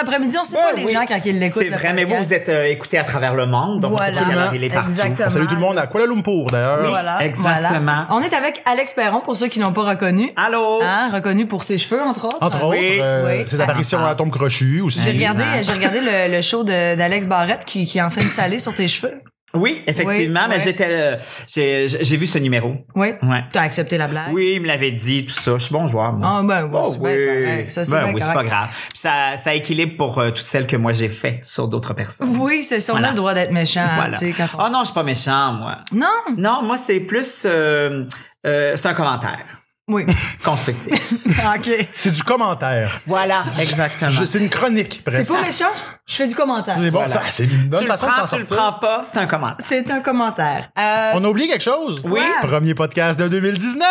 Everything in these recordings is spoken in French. après-midi. On sait Ben pas les oui. gens quand ils l'écoutent. C'est le vrai, mais vous, podcast. vous êtes euh, écouté à travers le monde, donc Voilà. vous savez qu'il est partout. Exactement. Exactement. On salue tout le monde à Kuala Lumpur, d'ailleurs. Voilà. exactement. voilà. On est avec Alex Perron, pour ceux qui n'ont pas reconnu. Allô? Hein, reconnu pour ses cheveux, entre autres. Entre Oui, autres, euh, oui. ses apparitions à la tombe crochue aussi. J'ai regardé, Exact. j'ai regardé le, le show de- d'Alex Barrette qui, qui en fait une salée sur tes cheveux. Oui, effectivement, Oui, mais ouais. j'étais, euh, j'ai, j'ai vu ce numéro. Oui. Ouais. T'as accepté la blague. Oui, il me l'avait dit, tout ça. Je suis bon joueur, moi. Ah, ben, ouais, Oh, c'est oui. bien correct. Ça, c'est Ben bien oui, c'est correct. pas grave. Puis ça, ça équilibre pour euh, toutes celles que moi j'ai fait sur d'autres personnes. Oui, c'est ça. On Voilà. a le droit d'être méchant. hein, Voilà. tu sais, quand on- Oh non, je suis pas méchant, moi. Non. Non, moi, c'est plus, euh, euh, c'est un commentaire Oui. constructif. OK. C'est du commentaire. voilà, exactement. Je- C'est une chronique, C'est presque. pas méchant. Je fais du commentaire. C'est bon, Voilà. ça, c'est une bonne tu le façon prends, de s'en tu le sortir. prends pas, c'est un commentaire. C'est un commentaire. Euh, On a oublié quelque chose? Oui. Ah, Premier podcast de 2019!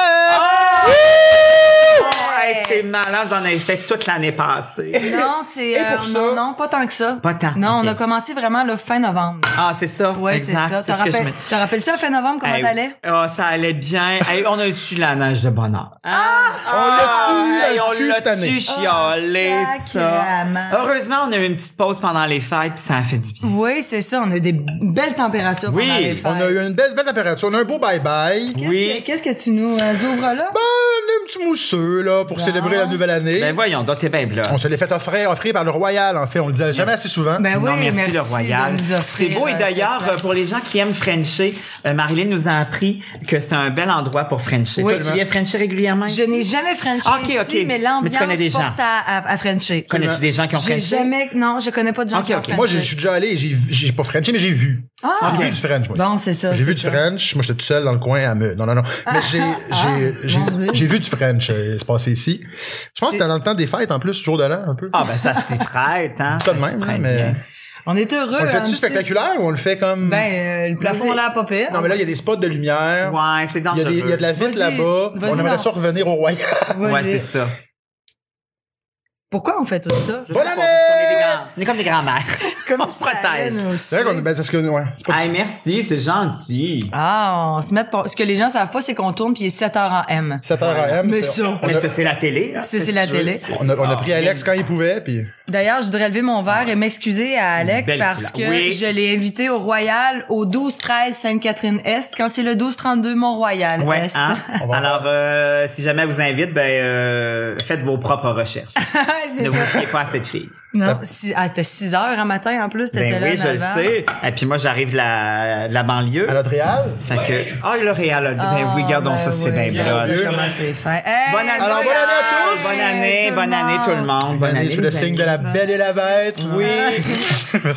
Oh, hey, c'est malin, vous en avez fait toute l'année passée. Non, c'est euh, pour non, ça- non, pas tant que ça. Pas tant, Non, ok. on a commencé vraiment le fin novembre. Ah, c'est ça. Ouais, c'est exact, ça. Te ce que je rappelles, me- te rappelles-tu à fin novembre comment Hey, t'allais? Ah, ça allait bien. Hey, on a eu la neige de bonheur. Ah, on l'a-tu dans le cul cette On l'a-tu année? chialé, Ah, ça. sacrément. Heureusement, on a eu une petite pause pendant les fêtes, puis ça a fait du bien. Oui, c'est ça. On a eu des belles températures Oui, pendant les fêtes. On a eu une belle, belle température, on a un beau bye-bye. Qu'est-ce Oui. que- Qu'est-ce que tu nous euh, ouvres là? Ben, on a un petit mousseux, là, pour célébrer la nouvelle année. Ben voyons, donc t'es bien là. on se l'est fait offrir, offrir par le Royal, en fait. On le disait jamais assez souvent. Ben oui, non, merci, le Royal. de nous C'est offrir, beau. Et euh, d'ailleurs, cette- euh, pour les gens qui aiment Frencher, euh, Marilyn nous a appris que c'est un bel endroit pour Frencher. Oui. Toi, tu viens Frencher régulièrement Je ici? n'ai jamais Frenché Ok, ici, ok. mais Mais tu l'ambiance connais des gens. porte à, à, à Frencher. Connais-tu des gens qui ont J'ai Frenché? jamais... Non, je connais pas de gens Ok, qui ont ok. Frenché. Moi, j'ai- je suis déjà allé, j'ai vu- j'ai pas Frenché, mais j'ai vu. Ah! J'ai vu du French, moi. Bon, c'est ça, J'ai vu c'est du ça. Ah. French. Moi, j'étais tout seul dans le coin à me. Non, non, non. Mais j'ai j'ai- j'ai- mon Dieu. j'ai vu du French euh, se passer ici. Je pense que c'était dans le temps des fêtes, en plus, jour de l'an, un peu. Ah ben ça s'y prête, hein. Ça de s'y même, prête mais. bien. On est heureux. hein, On le un fait-tu petit- spectaculaire ou on le fait comme. Ben, euh, le plafond là, pas pire. non, mais là, il y a des spots de lumière. Ouais, c'est Il y, a dangereux. des- il y a de la vitre Vas-y, là-bas. vas-y, On aimerait non. ça revenir au royal. Vas-y. Ouais, c'est ça. Pourquoi on fait tout ça? Je sais Bonne pas, année! parce qu'on est des grands- On est comme des grands-mères. Comme on se ça, protège. là, nous, C'est vrai qu'on ben, parce que ouais, c'est pas Hey, merci, c'est gentil. Ah, on se met pour... Ce que les gens savent pas, c'est qu'on tourne puis il est 7 heures en M. 7 heures AM. Mais c'est- ça- on Mais a- ça, c'est la télé, là. Ça, c'est la sûr, télé. c'est- On a, on a Ah, pris Alex quand il pouvait, puis D'ailleurs, je voudrais lever mon verre et m'excuser à Alex Belle parce place. que Oui. je l'ai invité au Royal au 12-13 Sainte-Catherine-Est quand c'est le 12-32 Mont-Royal-Est. Ouais, hein? On va Alors, euh, si jamais elle vous invite, ben, euh, faites vos propres recherches. c'est ne ça. vous fiez pas à cette fille. Non, si, ah, t'es 6 heures un matin en plus, t'étais Ben là oui, en je le avant. sais. Et puis moi, j'arrive de la, de la banlieue. à notre réal. Fait que, ah, le Real, a- ben Ah, oui, gardons ça, ben c'est oui, bien regarde drôle. Dieu. comment c'est fait. Hey, Bonne année. Alors, bonne année à tous. Bonne année, Tout le bonne année monde. tout le monde. Bonne année. sous le les signe amis. de la belle et la bête. Oui.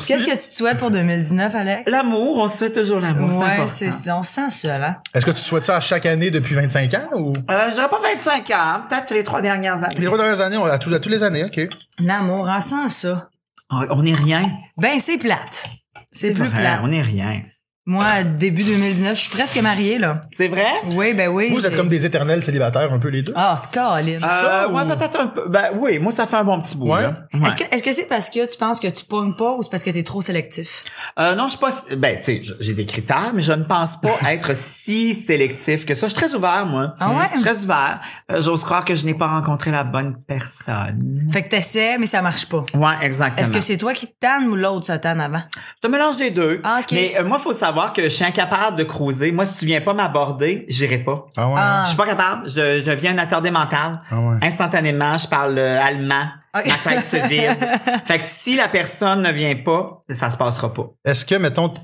Qu'est-ce que tu te souhaites pour 2019, Alex? L'amour, on se souhaite toujours l'amour. c'est important. ouais, c'est ça. On se sent seul, hein? Est-ce que tu souhaites ça à chaque année depuis 25 ans ou? Euh, j'aurais pas 25 ans, peut-être les trois dernières Les années. trois dernières années, on a tous, à tous les années, OK. L'amour, on sent ça. On Ah, on est rien. Ben, c'est plate. C'est plus vrai, plate. On est rien. Moi, début 2019, je suis presque mariée, là. C'est vrai? Oui, ben oui. Vous êtes j'ai- comme des éternels célibataires, un peu les deux. Ah, oh, Colin. Euh, Ça, ouais, ou- peut-être un peu. Ben oui, moi ça fait un bon petit bout. Ouais. là. Ouais. Est-ce que est-ce que c'est parce que tu penses que tu pognes pas ou c'est parce que t'es trop sélectif? Euh, non, je suis pas. si- Ben, tu sais, j- j'ai des critères, mais je ne pense pas être si sélectif que ça. Je suis très ouvert, moi. Ah ouais? Je suis très ouvert. Euh, J'ose croire que je n'ai pas rencontré la bonne personne. Fait que t'essaies, mais ça marche pas. Ouais, exactement. Est-ce que c'est toi qui te tannes ou l'autre se tanne avant? C'est un mélange des deux. Ah, ok. Mais euh, moi, faut savoir que je suis incapable de cruiser. Moi, si tu viens pas m'aborder, j'irai pas. Ah ouais. Ah. Je suis pas capable. Je, je deviens un attardé mental. Ah ouais. Instantanément, je parle euh, allemand. Ok. Ma tête se vide. fait que si la personne ne vient pas, ça se passera pas. Est-ce que, mettons, t-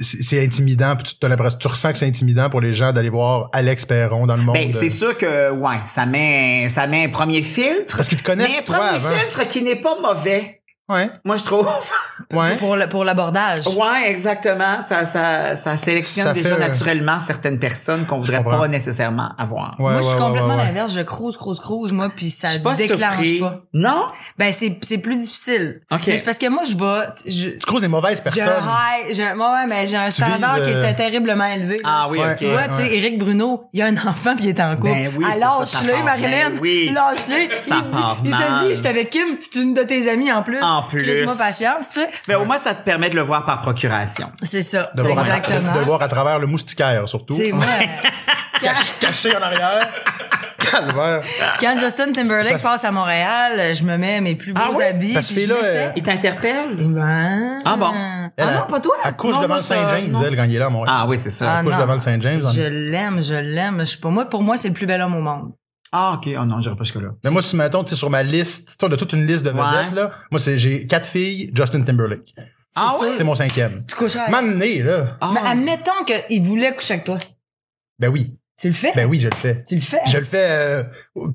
c'est c'est intimidant, puis tu, t'as l'impression- tu ressens que c'est intimidant pour les gens d'aller voir Alex Perron dans le monde? Ben, c'est euh, sûr que, ouais, ça met, un- ça met un premier filtre. Parce qu'ils te Mais connaissent, un toi, premier avant. filtre qui n'est pas mauvais. Ouais, Moi, je trouve. ouais. Pour le- pour l'abordage. ouais, exactement. Ça, ça, ça sélectionne Ça déjà fait, euh, naturellement certaines personnes qu'on voudrait comprends. pas nécessairement avoir. moi, Ouais, je suis ouais, ouais, complètement ouais, ouais. l'inverse. Je cruise, cruise, cruise, moi, puis Je ça suis pas déclenche surpris. pas. Non? Ben, c'est, c'est plus difficile. Ok. Mais c'est parce que moi, je vais, je, Tu creuses des mauvaises j'ai un personnes. high, j'ai un, ouais, ouais, mais j'ai un standard vises, qui euh, était terriblement élevé. Ah oui, Ouais. ok. Tu vois, tu sais, Éric Bruno, il a un enfant puis il est en couple. Ben oui, c'est Alors, ça, ça lâche-le, part Marilyn. mal. Oui. Lâche-le. Il, Ça part il mal. t'a dit, j'étais avec Kim, c'est une de tes amies en plus. En plus. Laisse-moi patience, tu sais. Mais au moins, ça te permet de le voir par procuration. C'est ça. De le voir, à, tra- Exactement. euh, de le voir à travers le moustiquaire, surtout. Tu sais, moi, Cache- caché en arrière. Calvaire. Quand Justin Timberlake passe à Montréal, je me mets mes plus beaux Ah oui? habits. Parce que puis je là, m'essaie. Il t'interpelle? Ben... Ah bon. Ah Elle, non, pas toi. Elle couche Non, devant moi, le ça, Saint-James, non. elle, quand il est là à Montréal. Ah oui, c'est ça. Ah couche non. devant le Saint-James. Je l'aime, je l'aime. Je sais pas moi, pour moi, c'est le plus bel homme au monde. Ah, OK. Oh non, j'irai pas jusque-là. Mais moi, si mettons, tu sais, sur ma liste, tu sais, on a toute une liste de Ouais. vedettes, là. Moi, c'est, j'ai quatre filles, Justin Timberlake. Ah sûr. ouais? C'est mon cinquième. Tu coucherais. avec- M'amener, là. Ah, Mais admettons qu'il voulait coucher avec toi. Ben oui. Tu le fais? Ben oui, je le fais. Tu le fais? Je le fais, euh,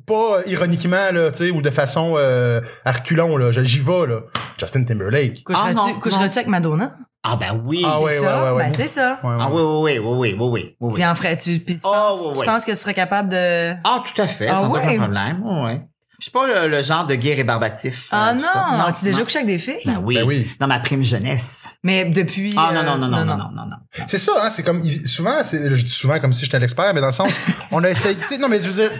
pas ironiquement, là, tu sais, ou de façon, euh, à reculons, là. Je- J'y vais, là. Justin Timberlake. Coucherais-tu Ah non, coucherais-tu non. avec Madonna? ah ben oui. Ah c'est ouais, ça? ouais, ouais, ouais. Ben, c'est ça. Ouais, ouais. Ah oui, oui, oui, oui, oui, oui, oui, oui. Tu en ferais, tu, puis tu, Oh, penses, ouais, tu ouais. penses que tu serais capable de... Ah, tout à fait, Ah sans ouais? aucun problème. Ouais, ouais. Je suis pas le, le genre de gay rébarbatif. Ah euh, tout ça. non! Tu as déjà non. couché avec des filles? Ben oui. Ben oui. Dans ma prime jeunesse. Mais depuis... Ah euh, non, non, non, non, non, non, non, non. C'est ça, hein, c'est comme il- souvent, c'est, je dis souvent comme si j'étais l'expert, mais dans le sens, on a essayé. tu sais, Non, mais je veux dire,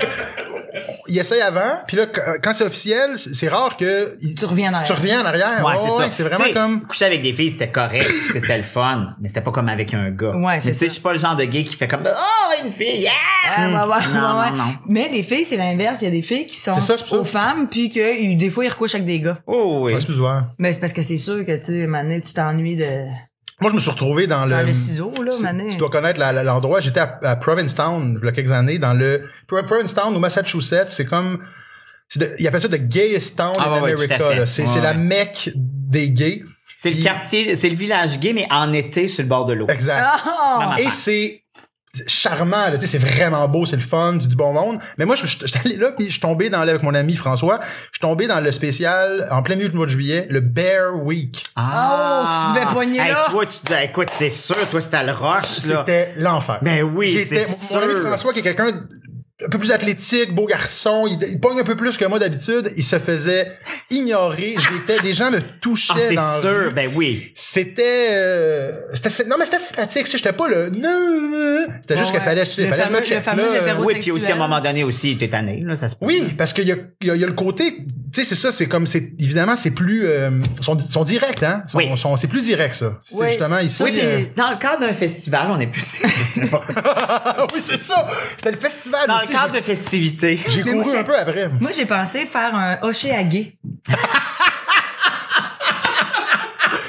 il essaye avant, puis là, qu- quand c'est officiel, c'est c'est rare que il- Tu reviens en tu arrière. reviens en arrière. Ah, Ouais, Ouais, ouais, ça. c'est vraiment Tu sais, comme. Coucher avec des filles, c'était correct, tu sais, c'était le fun, mais c'était pas comme avec un gars. Ouais, Mais c'est tu sais, ça. Je suis pas le genre de gay qui fait comme Oh, une fille, yeah! Ah, ouais, ouais, Non, ouais, non, ouais. non. Mais les filles, c'est l'inverse. Il y a des filles qui sont Hum. C'est ça, c'est pour ça. aux femmes, puis que ils- des fois, ils recouchent avec des gars. Oh oui. Ouais, c'est plus ouvert. Mais c'est parce que c'est sûr que, tu sais, Mané, tu t'ennuies de... Moi, je me suis retrouvé dans le. Dans le ciseau, là, Euh, C'est- Mané. Tu dois connaître la- la- l'endroit. J'étais à, à Provincetown, il y a quelques années, dans le. Pro- Provincetown, au Massachusetts, c'est comme. c'est de- Ils appellent ça the gayest town Ah, in ouais, ouais, tout à America. fait. là. C'est Ouais, c'est la ouais. mecque des gays. C'est le Puis- quartier, c'est le village gay, mais en été sur le bord de l'eau. Exact. Ah! Maman. Et c'est c'est charmant, là, tu sais, c'est vraiment beau, c'est le fun, c'est du bon monde. Mais moi, je je- j'étais allé là, puis je suis tombé dans, avec mon ami François, je suis tombé dans le spécial, en plein milieu du mois de juillet, le Bear Week. Oh, tu devais poigner Ah! Hey, là. Toi, tu devais- écoute, c'est sûr, toi, c'était le roche, là. C'était l'enfer. Ben oui, J'étais, c'est mon- mon ami sûr. François, qui est quelqu'un un peu plus athlétique, beau garçon, il, il pogne un peu plus que moi d'habitude, il se faisait ignorer, j'étais, les gens me touchaient Ah, c'est dans la sûr, rue. ben oui. c'était euh, c'était non mais c'était sympathique tu sais, j'étais pas le non c'était juste Ouais, qu'il fallait ouais. tu sais, Le fallait que je fameux- me check, le fameux là. euh, hétéro- Oui, puis aussi, à un sexuel. moment donné aussi, t'es tanné, là, ça se peut. Oui, parce qu'il y a, il y a- il y a le côté, tu sais, c'est ça, c'est comme, c'est évidemment, c'est plus, euh, sont, sont directs, hein, sont, Oui. sont- c'est plus direct ça. C'est Oui. Justement, ici, Oui, euh, c'est- Dans le cadre d'un festival, on est plus... euh, oui, c'est ça. C'était le festival Dans aussi. le cadre de festivités. J'ai Mais couru moi, j'ai- un peu après. Moi, j'ai pensé faire un hoché à gay.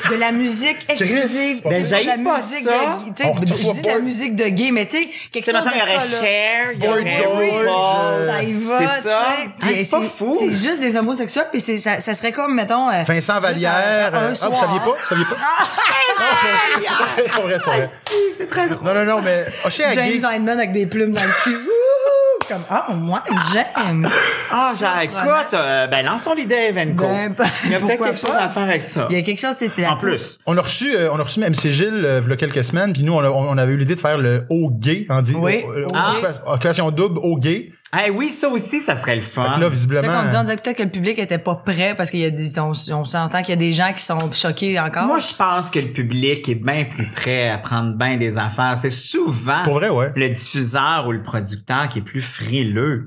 de la musique exclusive. Ben, tu sais, de la j'haïs pas musique ça. de, tu sais, On reçoit je dis de la Boy- musique de gay, mais tu sais, quelque Tu chose sais, maintenant, il y aurait de coloré. Cher, il y Boy aurait George, RuPaul. euh, Ça y va, C'est ça. Ah, tu sais. Hey, Puis c'est pas fou. C'est juste des homosexuels, puis c'est- ça, ça serait comme, mettons... euh, Vincent juste Vallière, un- un euh, ah, soir, Ah, vous saviez hein. pas? Vous saviez pas? Non, c'est pas vrai, c'est pas vrai, Ah, Oui, C'est très drôle. Non, non, non, mais, oh, chez Agui, James Hyndman avec des plumes dans le cul. Wouhou! Comme, ah, moi, James. Ah, Surprenant. j'écoute. euh, ben, lançons l'idée, Evenco. Ben, ben, il y a peut-être pourquoi quelque chose pas? à faire avec ça. Il y a quelque chose, c'était En plus. on a reçu, euh, on a reçu MC Gilles, euh, il y a quelques semaines, puis nous, on, a- on avait eu l'idée de faire le haut gay, on dit. Oui. euh, euh, Ah. Occasion double, haut gay. Eh oui, ça aussi, ça serait le fun. Là, Ah. C'est ça visiblement. qu'on disait, on disait peut-être que le public était pas prêt parce qu'il y a des, on, on s'entend qu'il y a des gens qui sont choqués encore. Moi, je pense que le public est bien plus prêt à prendre bien des affaires. C'est souvent Pour vrai, ouais. le diffuseur ou le producteur qui est plus frileux.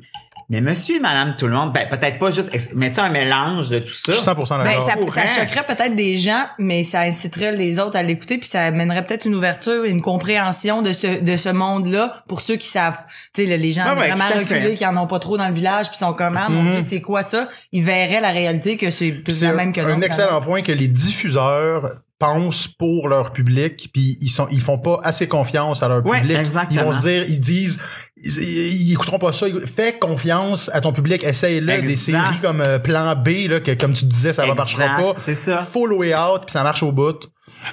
Mais monsieur et madame tout le monde, ben, peut-être pas juste, ex- mais tu sais, un mélange de tout ça. Je suis 100% ben, d'accord. ça, ça Ouais. choquerait peut-être des gens, mais ça inciterait les autres à l'écouter, puis ça amènerait peut-être une ouverture et une compréhension de ce, de ce monde-là pour ceux qui savent. Tu sais, là, les gens Ah ouais, vraiment tout à fait. reculés, qui en ont pas trop dans le village, puis sont comme, ah, mon Dieu, c'est quoi ça? Ils verraient la réalité que c'est Mm-hmm. C'est la même que un nous, excellent point que les diffuseurs pensent pour leur public puis ils sont ils font pas assez confiance à leur Ouais, public ils exactement. vont se dire ils disent ils, ils- ils écouteront pas ça ils- fais confiance à ton public essaye-le Exact. des séries comme euh, Plan B là que comme tu disais ça va Exact, marchera pas c'est ça. Full way out puis ça marche au bout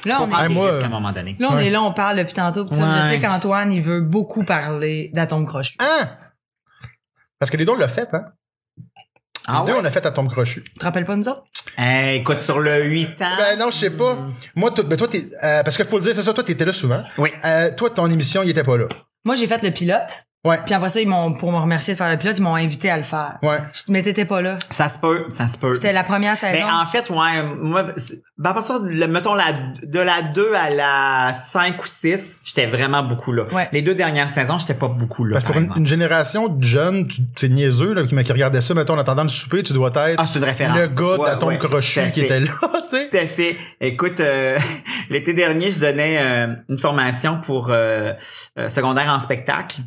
Là, on Faut est- prendre Ah, des moi, risques à un moment donné. Là, on Ouais. est là, on parle depuis tantôt. pis ça, Ouais. Je sais qu'Antoine, il veut beaucoup parler d'Atome Croche. hein parce que les deux on l'a fait hein Ah les deux ouais? on a fait à tombe crochu Tu te rappelles pas nous autres? Eh, écoute, sur le 8 ans. ben non je sais pas moi toi- ben toi t'es euh, parce que faut le dire c'est ça toi t'étais là souvent Oui. Euh, toi ton émission il était pas là Moi, j'ai fait le pilote. ouais Puis après ça, ils m'ont, pour me remercier de faire le pilote, ils m'ont invité à le faire. ouais Je- Mais t'étais pas là. Ça se peut, ça se peut. C'était la première Mais saison. Ben, en fait, ouais, moi, c'est- ben, à partir de, mettons, la, de la 2 à la 5 ou 6, j'étais vraiment beaucoup là. Ouais. Les deux dernières saisons, j'étais pas beaucoup là. Parce que par pour une, exemple. une génération de jeunes, tu- c'est niaiseux, là, qui, qui regardait ça, mettons, en attendant le souper, tu dois être Ah, c'est une référence. le gars Ouais, de la tombe ouais, tout à crochue qui fait. était là, tu sais. Tout à fait. Écoute, euh, l'été dernier, je donnais euh, une formation pour euh, euh, secondaire en spectacle.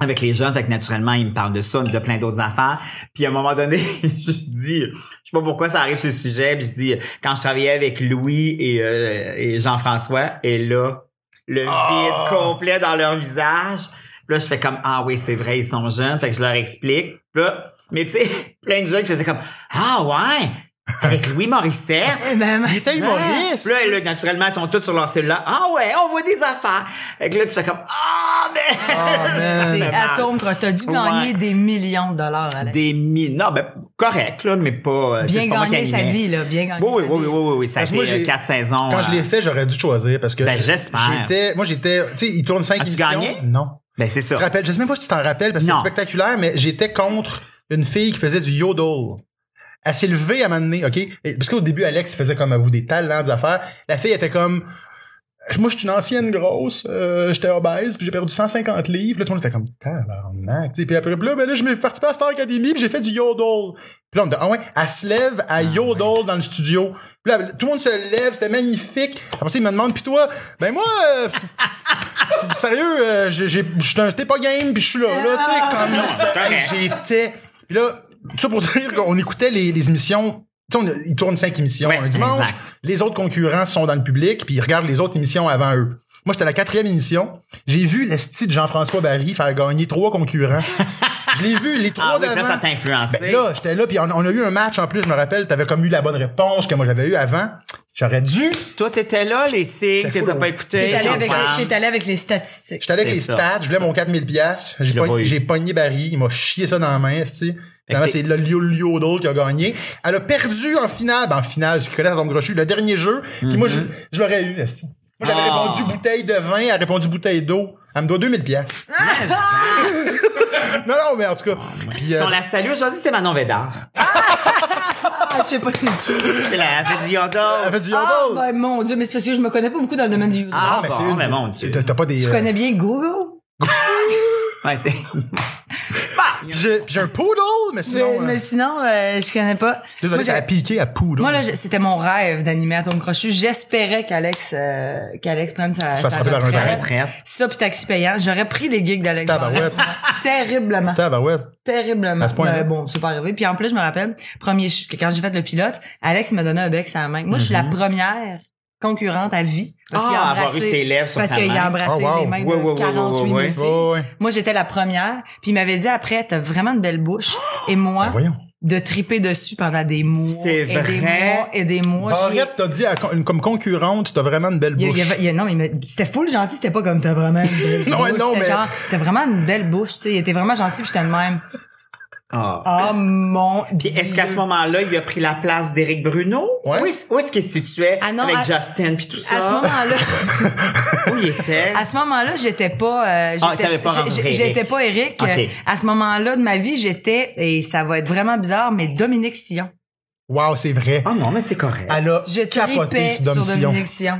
avec les gens, fait que naturellement, ils me parlent de ça, mais de plein d'autres affaires. Puis à un moment donné, je dis, je sais pas pourquoi ça arrive sur le sujet, puis je dis, quand je travaillais avec Louis et, euh, et Jean-François, et là, le Ah! vide complet dans leur visage. Puis Là, je fais comme, ah oui, c'est vrai, ils sont jeunes, fait que je leur explique. Puis Là, mais tu sais, plein de gens qui faisaient comme, ah ouais, avec Louis Morissette, Eh ben, Il était humoriste. Ouais. Puis Hein? là, là, naturellement, ils sont tous sur leur cellulaire. Ah ouais, on voit des affaires. Fait que là, tu fais comme, ah, mais... Ah, man. c'est mais Atom Cross. T'as dû gagner Ouais. des millions de dollars, Alex. Des mi- Non, ben, correct, là, mais pas... euh, Bien c'est pas moi qui gagné sa animais. vie, là. Bien gagné Oui, oui, sa oui, oui, vie. oui, oui, ça Parce que fait moi, j'ai- euh, quatre saisons. Quand je l'ai hein. fait, j'aurais dû choisir parce que Ben, j'espère. j'étais, moi j'étais, tu sais, il tourne cinq As-tu émissions. gagné? Non. Ben, c'est ça. Je te rappelle, je sais même pas si tu t'en rappelles parce que c'est Non. spectaculaire, mais j'étais contre une fille qui faisait du yodel. Elle s'est levée à un moment donné, OK? Et- Parce qu'au début, Alex faisait comme à vous des talents, des affaires. La fille était comme, moi, je suis une ancienne grosse, euh, j'étais obèse, puis j'ai perdu 150 livres. Là, tout le monde était comme, tabarnak. tu sais. Puis après, là, ben là, je me suis participé à Star Academy, puis j'ai fait du yodel. Puis là, on me dit, ah ouais, elle se lève à yodel dans le studio. Puis là, tout le monde se lève, c'était magnifique. Après ça, ils me demandent, puis toi, ben moi, euh, sérieux, euh, j'ai- j'ai- j'étais un- t'es pas game, puis je suis là, là, tu sais, comme ça. Hey, J'étais. Puis là, tout ça pour dire qu'on écoutait les, les émissions. Tu sais, on a- ils tournent cinq émissions Ouais, un dimanche. exact. Les autres concurrents sont dans le public, puis ils regardent les autres émissions avant eux. Moi, j'étais à la quatrième émission. J'ai vu l'esti de Jean-François Barry faire gagner trois concurrents. Je l'ai vu, les trois Ah oui, puis là, d'avant. ça t'a influencé. Ben là, j'étais là, puis on, on a eu un match en plus, je me rappelle, t'avais comme eu la bonne réponse que moi j'avais eu avant. J'aurais dû. Toi, t'étais là, les signes, J'étais t'es fou, là. pas écouté. T'es allé, j'en avec parle. les, t'es allé avec les statistiques. J'étais allé avec C'est les ça. stats, je voulais mon 4000 pièces, j'ai l'as pas pogné, eu. j'ai pogné Barry, il m'a chié ça dans la main, esti. Finalement, que c'est le Lio Lio Dole qui a gagné. Elle a perdu en finale, ben, en finale, ce qui connaît Tom Grochu, le dernier jeu, puis moi je, je l'aurais eu, esti. Moi j'avais Mhm. Ah. répondu bouteille de vin, elle a répondu bouteille d'eau. Elle me doit 2000 pièces. Ah. non non, mais en tout cas, puis euh, On la salue aujourd'hui, c'est Manon Védard. Ah, je sais pas. C'est la elle fait du yodel. elle fait du yodel. Ah, ben, mon Dieu, mais c'est parce que je me connais pas beaucoup dans le domaine du YouTube. Ah, Ah, mais bon, c'est une- mais mon Dieu. t'as- T'as pas des. Je euh, connais bien Google. Ouais, c'est... puis euh, j'ai puis j'ai un poodle, mais sinon. mais, euh, mais sinon, euh, je connais pas. Désolé, Moi, ça a j'ai- piqué à poodle. Moi, là, j'ai- c'était mon rêve d'animer Atom Crochu. J'espérais qu'Alex, euh, qu'Alex prenne sa, fasses sa frapper par un La retraite. retraite. Ça, puis taxi payant. J'aurais pris les gigs d'Alex. Tabarouette. Barrette. Terriblement. Tabarouette. Terriblement. À ce point-là. Mais bon, c'est pas arrivé. Puis en plus, je me rappelle, premier, ch- que quand j'ai fait le pilote, Alex m'a donné un bec sur la main. Moi, je suis Mm-hmm. la première concurrente à vie. Parce Ah, qu'il a avoir embrassé, eu ses lèvres sur Parce sa qu'il main. a embrassé Oh, wow. Oh. les mains Ouais, ouais, ouais, de 48 000 ouais, ouais. filles. Ouais, ouais. Moi, j'étais la première. Puis il m'avait dit après, t'as vraiment une belle bouche. Et moi, Ben, voyons. de triper dessus pendant des mois. C'est et des vrai? mois et des mois. J'ai- Barrette, t'as dit à con- une- comme concurrente, t'as vraiment une belle il y a- bouche. il y avait- il y a- non, mais il me- c'était full gentil, c'était pas comme t'as vraiment une belle Non, bouche. non, C'était mais- genre, t'as vraiment une belle bouche, tu sais. Il était vraiment gentil, puis j'étais de même. Ah. Ah, mon Puis est-ce Dieu. qu'à ce moment-là, il a pris la place d'Éric Bruno? Ouais. Où est-ce où est-ce qu'il se situait Ah non, avec à- Justin puis tout ça? À ce moment-là, Où il était? à ce moment-là, j'étais pas, euh, j'étais, Ah, t'avais pas j'ai- rencontré j'ai- Eric. j'étais pas Eric. Ok. Euh, À ce moment-là de ma vie, j'étais, et ça va être vraiment bizarre, mais Dominique Sillon. Wow, c'est vrai. Ah non, mais c'est correct. Elle a Je capoté tripais sur Dom sur Sillon. Dominique Sillon.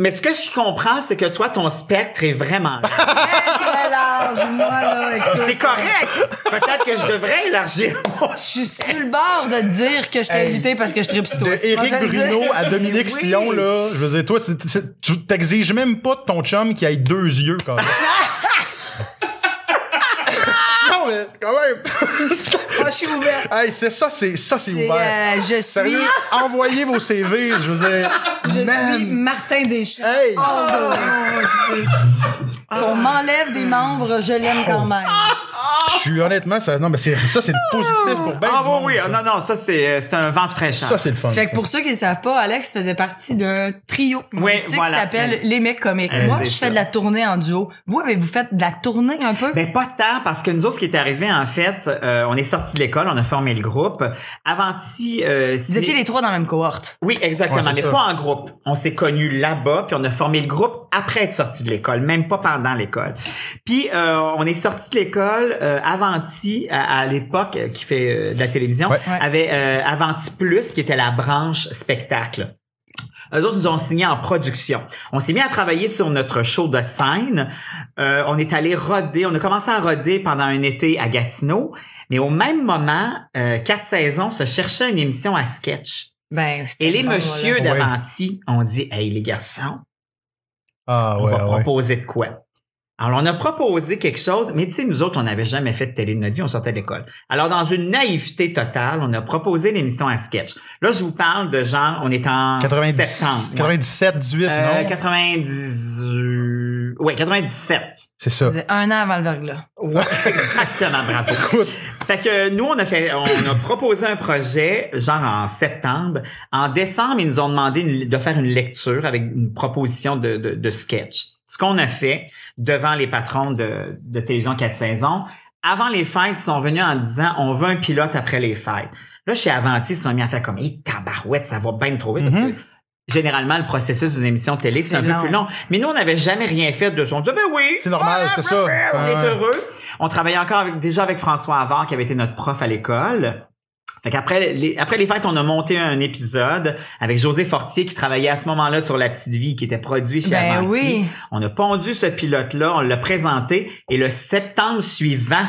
Mais ce que je comprends, c'est que toi, ton spectre est vraiment large. Eh, Très large, moi, là. écoute. C'est correct. Peut-être que je devrais élargir mon Je suis sur le bord de te dire que je t'ai Hey. invité parce que je tripe sur toi. De Éric Je vais te le Bruno dire. à Dominique Oui. Sillon, là, je veux dire, toi, c'est- c'est- tu t'exiges même pas de ton chum qui aille deux yeux, quand même. non, mais quand même. Ah, je suis ouverte. hey, c'est ça, c'est ça, c'est C'est, ouvert. euh, je suis, Sérieux, envoyez vos CV, je veux dire. je suis man. Martin Deschamps. Hey. Oh, mon Dieu. Qu'on m'enlève des membres, je l'aime quand même. Ah! Je suis honnêtement, ça, non, mais c'est, ça, c'est positif pour ben Ah du oui, monde, oui. ça. Ah Non, non, ça, c'est euh, c'est un vent de fraîcheur. Ça, c'est le fun. Fait que ça. pour ceux qui ne savent pas, Alex faisait partie d'un trio humoristique voilà. qui s'appelle Les Mecs Comiques. Euh, Moi, c'est je ça. fais de la tournée en duo. Vous, avez-vous fait de la tournée un peu? Ben pas tant parce que nous autres ce qui est arrivé en fait, euh, on est sorti de l'école, on a formé le groupe. Avanti euh, Vous ciné- étiez les trois dans la même cohorte. Oui, exactement, Ouais, c'est mais ça. pas en groupe. On s'est connus là-bas, puis on a formé le groupe après être sorti de l'école, même pas pendant l'école. Puis euh, on est sorti de l'école, euh, Avanti à, à l'époque euh, qui fait euh, de la télévision Ouais. Ouais. avait euh, Avanti Plus qui était la branche spectacle. Eux autres nous ont signé en production. On s'est mis à travailler sur notre show de scène. Euh, on est allé roder, on a commencé à roder pendant un été à Gatineau, mais au même moment, euh, quatre saisons se cherchait une émission à sketch. Ben, c'était Et les bon, messieurs voilà. d'Avanti ont dit Hey les garçons, Ah, on ouais, va ouais. proposer de quoi? Alors, on a proposé quelque chose, mais tu sais, nous autres, on n'avait jamais fait de télé de notre vie, on sortait de l'école. Alors, dans une naïveté totale, on a proposé l'émission à sketch. Là, je vous parle de genre, on est en 90, septembre. 97, 18, Euh, non? 90... Ouais, 97. C'est ça. C'est Un an avant le verglas. Ouais, exactement, bravo. Écoute, Fait que nous, on a fait, on a proposé un projet, genre en septembre. En décembre, ils nous ont demandé une- de faire une lecture avec une proposition de, de, de sketch. Ce qu'on a fait devant les patrons de, de Télévision 4 saisons. Avant les fêtes, ils sont venus en disant, on veut un pilote après les fêtes. Là, chez Avanti, ils se sont mis à faire comme, hé, tabarouette, ça va bien trop vite parce Mhm. que Généralement, le processus d'une émission de télé, c'est C'est un peu long. plus long. Mais nous, on n'avait jamais rien fait de ça. On disait, ben oui. C'est normal, voilà, c'était ça. ben oui, On est Ouais. heureux. On travaillait encore avec, déjà avec François Avard, qui avait été notre prof à l'école. Fait qu'après les, après les fêtes, on a monté un épisode avec José Fortier qui travaillait à ce moment-là sur La Petite Vie qui était produit chez Ben Avanti. oui. On a pondu ce pilote-là, on l'a présenté et le septembre suivant,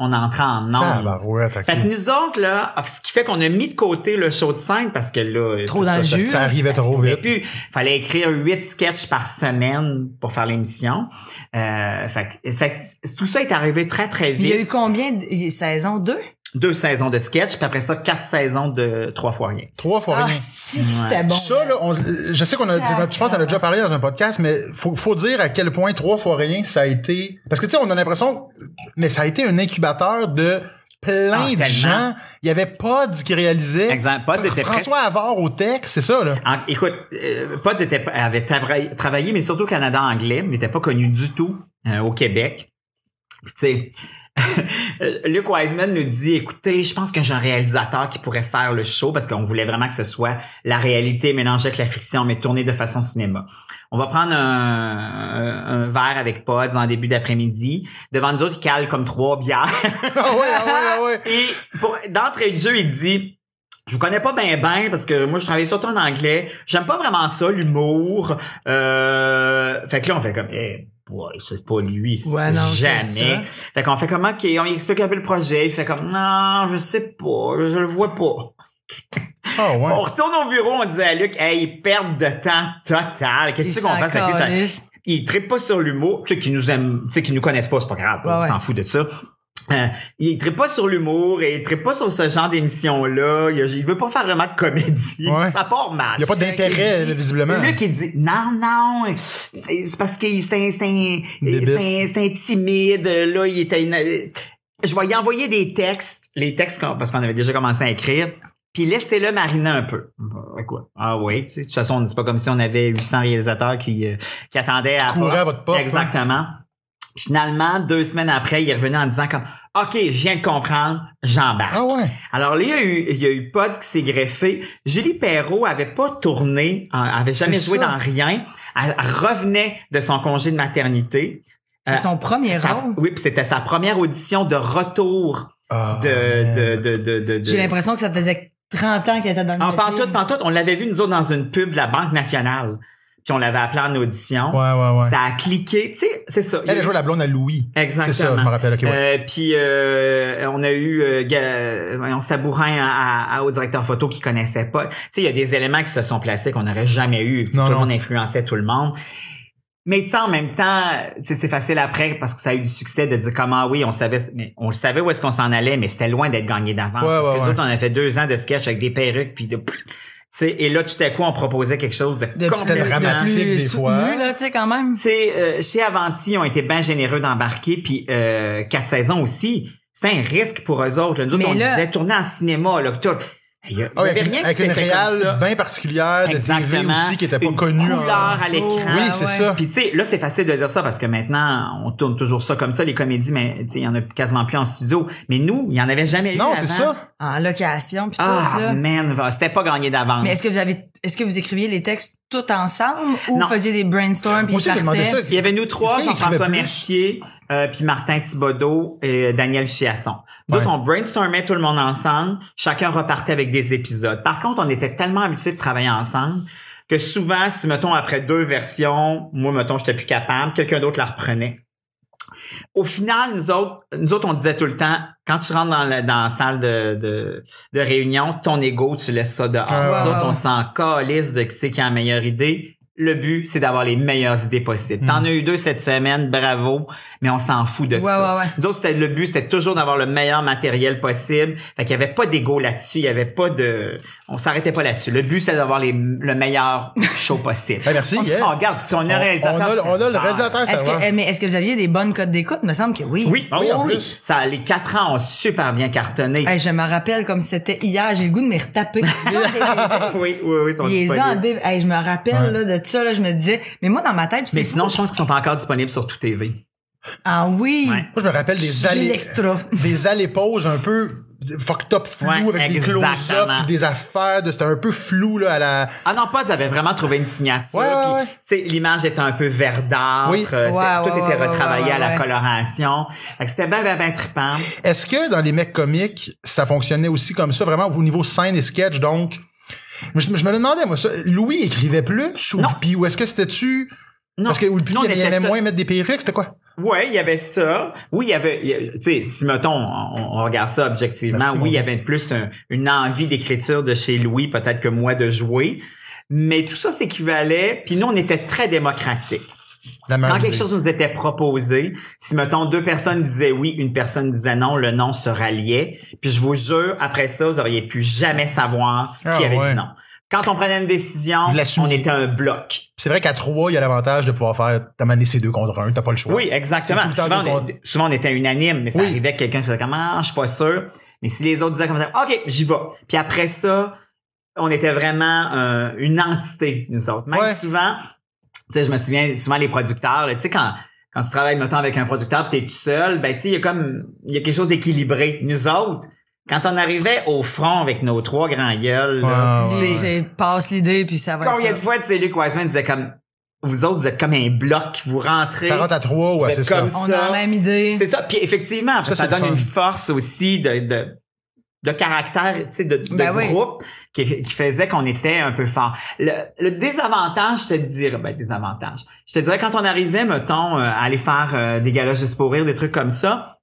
on entra en ah, nombre. bah ouais, t'as Fait que nous autres, là, ce qui fait qu'on a mis de côté le show de scène parce que là... Trop ça- dans le ça- jus. Ça arrivait trop il vite. Plus. Fallait écrire huit sketchs par semaine pour faire l'émission. Euh, fait, que- fait que tout ça est arrivé très, très Il y a eu vite. combien de saisons? Deux? Deux saisons de sketch, puis après ça, quatre saisons de trois fois rien. Trois fois Ah, rien. si, c'était bon. Ça, là, on- euh, je sais qu'on a, Sacré. je pense qu'on a déjà parlé dans un podcast, mais faut, faut dire à quel point trois fois rien, ça a été, parce que tu sais, on a l'impression, mais ça a été un incubateur de Ah, plein de tellement. gens. Il y avait Pods qui réalisait. Exemple, Pods était François Havard au texte, c'est ça, là. En- écoute, euh, Pods était, avait travaillé, travaillé, mais surtout au Canada anglais, mais n'était pas connu du tout euh, au Québec. Puis, Tu sais, euh, Luc Wiseman nous dit, écoutez, je pense que j'ai un réalisateur qui pourrait faire le show parce qu'on voulait vraiment que ce soit la réalité mélangée avec la fiction, mais tournée de façon cinéma. On va prendre un, un verre avec Pods en début d'après-midi. Devant nous autres, il cale comme trois bières. ah ouais, ah ouais, ah ouais. Et pour d'entrée de jeu, il dit je vous connais pas ben ben parce que moi je travaille surtout en anglais. J'aime pas vraiment ça l'humour. Euh... Fait que là on fait comme eh boy, c'est pas lui, c'est Ouais, non, c'est jamais. ça. Fait qu'on fait comme ok, on lui explique un peu le projet. Il fait comme non, je sais pas, je le vois pas. Ah ouais. On retourne au bureau, on dit à Luc hey perte de temps totale. Qu'est-ce Il que tu veux qu'on s'en fasse avec lui? Ça- calisse. ils trippent pas sur l'humour. Ceux qui nous aiment, ceux qui nous connaissent pas, c'est pas grave, Ouais, on ouais. s'en fout de ça. Euh, il trippe pas sur l'humour et il trippe pas sur ce genre d'émission-là. Il, il veut pas faire vraiment de comédie. Ouais. À part mal. Il y a pas d'intérêt, là, visiblement. Luc, il dit, non, non, c'est parce qu'il c'est un, c'est un- Débile. c'est un- c'est un timide, là, il était une- je vais y envoyer des textes, les textes qu'on- parce qu'on avait déjà commencé à écrire, puis laissez-le mariner un peu. Ouais, quoi. Ah oui, tu sais, de toute façon, on dit pas comme si on avait 800 réalisateurs qui, euh, qui attendaient à... Couraient à votre porte, hein. Exactement. Puis Finalement, deux semaines après, il est revenu en disant comme, OK, je viens de comprendre, j'embarque. Ah ouais. Alors là, il y a eu, il y a eu Pods qui s'est greffé. Julie Perrault avait pas tourné, euh, avait jamais C'est joué ça. dans rien. Elle revenait de son congé de maternité. C'est Euh, son premier Sa- rôle. oui, puis c'était sa première audition de retour Ah, man. de, de, de, de, de- de- J'ai l'impression que ça faisait 30 ans qu'elle était dans le En métier. pantoute, pantoute, on l'avait vu nous autres dans une pub de la Banque nationale. Puis on l'avait appelé en audition. Ouais, ouais, ouais. Ça a cliqué, tu sais, c'est ça. Il y a Elle a joué la blonde à Louis. Exactement. C'est ça, je me rappelle. Ok, ouais. Euh, puis euh, on a eu euh, Ga- voyons, Sabourin à, à- au directeur photo qui connaissait pas. Tu sais, il y a des éléments qui se sont placés qu'on n'aurait jamais eu. Puis Non, tout non. le monde influençait tout le monde. Mais tu sais, en même temps, tu sais, c'est facile après parce que ça a eu du succès de dire comment oui, on savait, mais on le savait où est-ce qu'on s'en allait, mais c'était loin d'être gagné d'avance. Ouais, parce ouais, que ouais. nous autres, on a fait deux ans de sketch avec des perruques puis de. tu sais, et là, tout à coup, on proposait quelque chose de, De plus- complètement- de dramatique, plus des soutenu, fois. là, tu sais, quand même. tu sais, euh, chez Avanti, ils ont été bien généreux d'embarquer, puis euh, quatre saisons aussi. C'était un risque pour eux autres. là. Nous autres, Mais on là- disait tourner en cinéma, là, que tout- Il y a- il y Ah ouais, avait avec rien qui une, avec une s'était fait comme ça. réale bien particulière de TV Exactement. aussi qui était pas Une connue. en- couleur à l'écran. Oh, Oui, c'est ouais. ça. Puis tu sais, là c'est facile de dire ça parce que maintenant on tourne toujours ça comme ça les comédies mais tu sais il y en a quasiment plus en studio mais nous, il y en avait jamais eu Non, avant. c'est ça. En location, puis tout, Ah là. man, va- c'était pas gagné d'avance. Mais est-ce que vous avez, est-ce que vous écriviez les textes tout ensemble ou Non. vous faisiez des brainstorms puis Moi ils aussi, j'ai demandé partaient? ça. Il y avait nous trois, Est-ce qu'il écrivait Jean-François plus? Mercier, euh, puis Martin Thibodeau et euh, Daniel Chiasson. D'autres, Ouais. on brainstormait tout le monde ensemble. Chacun repartait avec des épisodes. Par contre, on était tellement habitués de travailler ensemble que souvent, si, mettons, après deux versions, moi, mettons, j'étais plus capable, quelqu'un d'autre la reprenait. Au final, nous autres, nous autres, on disait tout le temps, quand tu rentres dans la, dans la salle de, de, de réunion, ton ego, tu laisses ça dehors. Ah, nous ouais, autres, ouais, on ouais. s'en calisse de qui c'est qui a la meilleure idée. Le but, c'est d'avoir les meilleures idées possibles. T'en as eu deux cette semaine, bravo, mais on s'en fout de Mm. Ouais, ça. ouais, ouais. Nous autres, c'était le but, c'était toujours d'avoir le meilleur matériel possible. Fait qu'il y avait pas d'ego là-dessus, il y avait pas de, on s'arrêtait pas là-dessus. Le but, c'était d'avoir les, le meilleur show possible. Ben, merci, On, yeah. on regarde, si on On, est réalisateur. on a, le- c'est on a le bizarre. réalisateur, ça Est-ce que, va. eh, mais est-ce que vous aviez des bonnes cotes d'écoute? Il me semble que oui. Oui, Ah oui, oui, en oui. plus. Ça, les quatre ans ont super bien cartonné. Hey, je me rappelle comme si c'était hier. J'ai le goût de me retaper. oui, oui, oui, ils sont Il les a en disponibles. dé- hey, je me rappelle là, de ça, là, je me disais. Mais moi, dans ma tête, Mais c'est sinon, je pense qu'ils sont encore disponibles sur tout TV. Ah oui! Ouais. Moi, je me rappelle des J'ai allées, l'extra. des allées pauses un peu fucked up flou Ouais, avec des exactement. close-up puis des affaires de c'était un peu flou là à la Ah non, pas, ils avaient vraiment trouvé une signature. Ouais, ouais, puis, ouais. tu sais, L'image était un peu verdâtre. Oui. euh, c'était- Ouais, tout ouais, était ouais, retravaillé ouais, à la ouais. coloration. Fait que c'était ben, ben, ben trippant. Est-ce que dans les mecs comiques, ça fonctionnait aussi comme ça, vraiment au niveau scène et sketch, donc? Je, me- je me le demandais, moi, ça. Louis écrivait plus ou Non. puis ou est-ce que c'était-tu. Non. Parce que ou le pire, Non, on il y était avait tout- moins mettre des perruques, c'était quoi? Ouais, il y avait ça. Oui, il y avait, il y a- tu sais, si mettons, on, on regarde ça objectivement, Merci, mon oui, il y gars. avait plus un- une envie d'écriture de chez Louis, peut-être que moi, de jouer. Mais tout ça s'équivalait. Puis nous, on était très démocratique. La Quand majorité. quelque chose nous était proposé, si mettons deux personnes disaient oui, une personne disait non, le non se ralliait. Puis je vous jure, après ça, vous auriez pu jamais savoir qui Ah, avait ouais. dit non. Quand on prenait une décision, Vous l'assumiez. on était un bloc. C'est vrai qu'à trois, il y a l'avantage de pouvoir faire t'as mané ces deux contre un, t'as pas le choix. Oui, exactement. C'est tout le temps Souvent des on, est- souvent, on était unanime, mais ça Oui. arrivait que quelqu'un se disait comme ah, je suis pas sûr. Mais si les autres disaient comme ça, ok, j'y vais. Puis après ça, on était vraiment euh, une entité nous autres. Même Ouais. souvent, tu sais, je me souviens souvent les producteurs, là, tu sais quand quand tu travailles mettons avec un producteur, tu es tout seul, ben tu sais il y a comme il y a quelque chose d'équilibré. Nous autres, quand on arrivait au front avec nos trois grands gueules, là, Ah, Ouais, ouais, tu sais, C'est passe l'idée, puis ça va être combien ça. de fois tu sais Luc Wiseman disait comme vous autres vous êtes comme un bloc, vous rentrez. Ça rentre à trois, ouais, Vous c'est êtes ça. comme On a la même idée. C'est ça. Puis effectivement, après, Ça, ça, c'est le donne une fun. force aussi de, de, de caractère, tu sais, de, de Ben oui. groupe qui, qui faisait qu'on était un peu fort. Le, le désavantage, je te dirais, ben désavantage. Je te dirais quand on arrivait, mettons, euh, à aller faire euh, des galas juste pour rire, des trucs comme ça.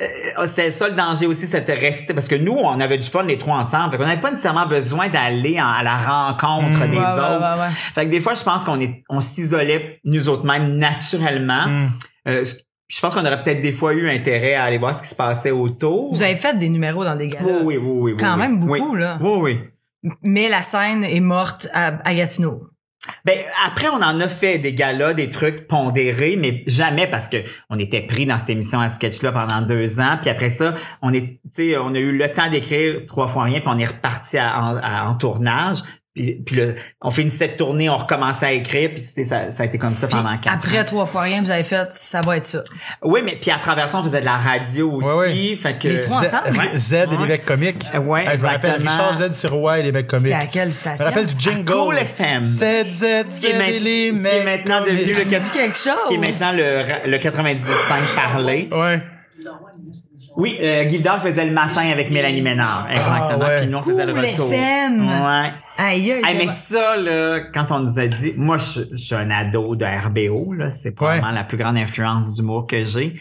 euh, C'était ça le danger aussi, c'était rester parce que nous, on avait du fun les trois ensemble. on n'avait pas nécessairement besoin d'aller en- à la rencontre Mm. des Ouais, ouais, autres. ouais, ouais. Fait que des fois, je pense qu'on est, on s'isolait nous autres mêmes naturellement. Hmm. Euh, je pense qu'on aurait peut-être des fois eu intérêt à aller voir ce qui se passait autour. Vous avez fait des numéros dans des Oui, galas. oui, oui, oui. Quand oui, même oui. beaucoup, là. Oui, oui. Mais la scène est morte à, à Gatineau. Ben, après, on en a fait des galas, des trucs pondérés, mais jamais parce que on était pris dans cette émission à sketch-là pendant deux ans. Puis après ça, on est, tu sais, on a eu le temps d'écrire trois fois rien, puis on est reparti à- en, à- en tournage. Puis, puis le- on finissait de tourner, on recommençait à écrire, puis tu sais, ça, ça a été comme ça Puis pendant quatre ans. après trois fois rien, vous avez fait ça va être ça. Oui, mais puis à travers ça, on faisait de la radio aussi. Ouais, Fait que Les trois Z, ensemble, ouais. Z et les mecs comiques. Euh, ouais, Ah, je me rappelle exactement. Richard Z, Sirois et les mecs comiques. C'était à quelle station? Je me rappelle du jingle. Cool FM. Z, Z, Z qui est et les maint- qui est mecs Oh. maintenant devenu le comiques. Ça me dit quelque qui est chose. maintenant le, ra- le 98.5 parlé. Ouais. Oui, euh, Gildor faisait le matin avec Mélanie Ménard. Exactement. Ah ouais. Puis nous, on faisait le Cool retour. FM. Ouais. Aïe, aïe, Hey, mais aïe. ça, là, quand on nous a dit, moi, je, je suis un ado de RBO, là, c'est probablement la plus grande influence d'humour que j'ai.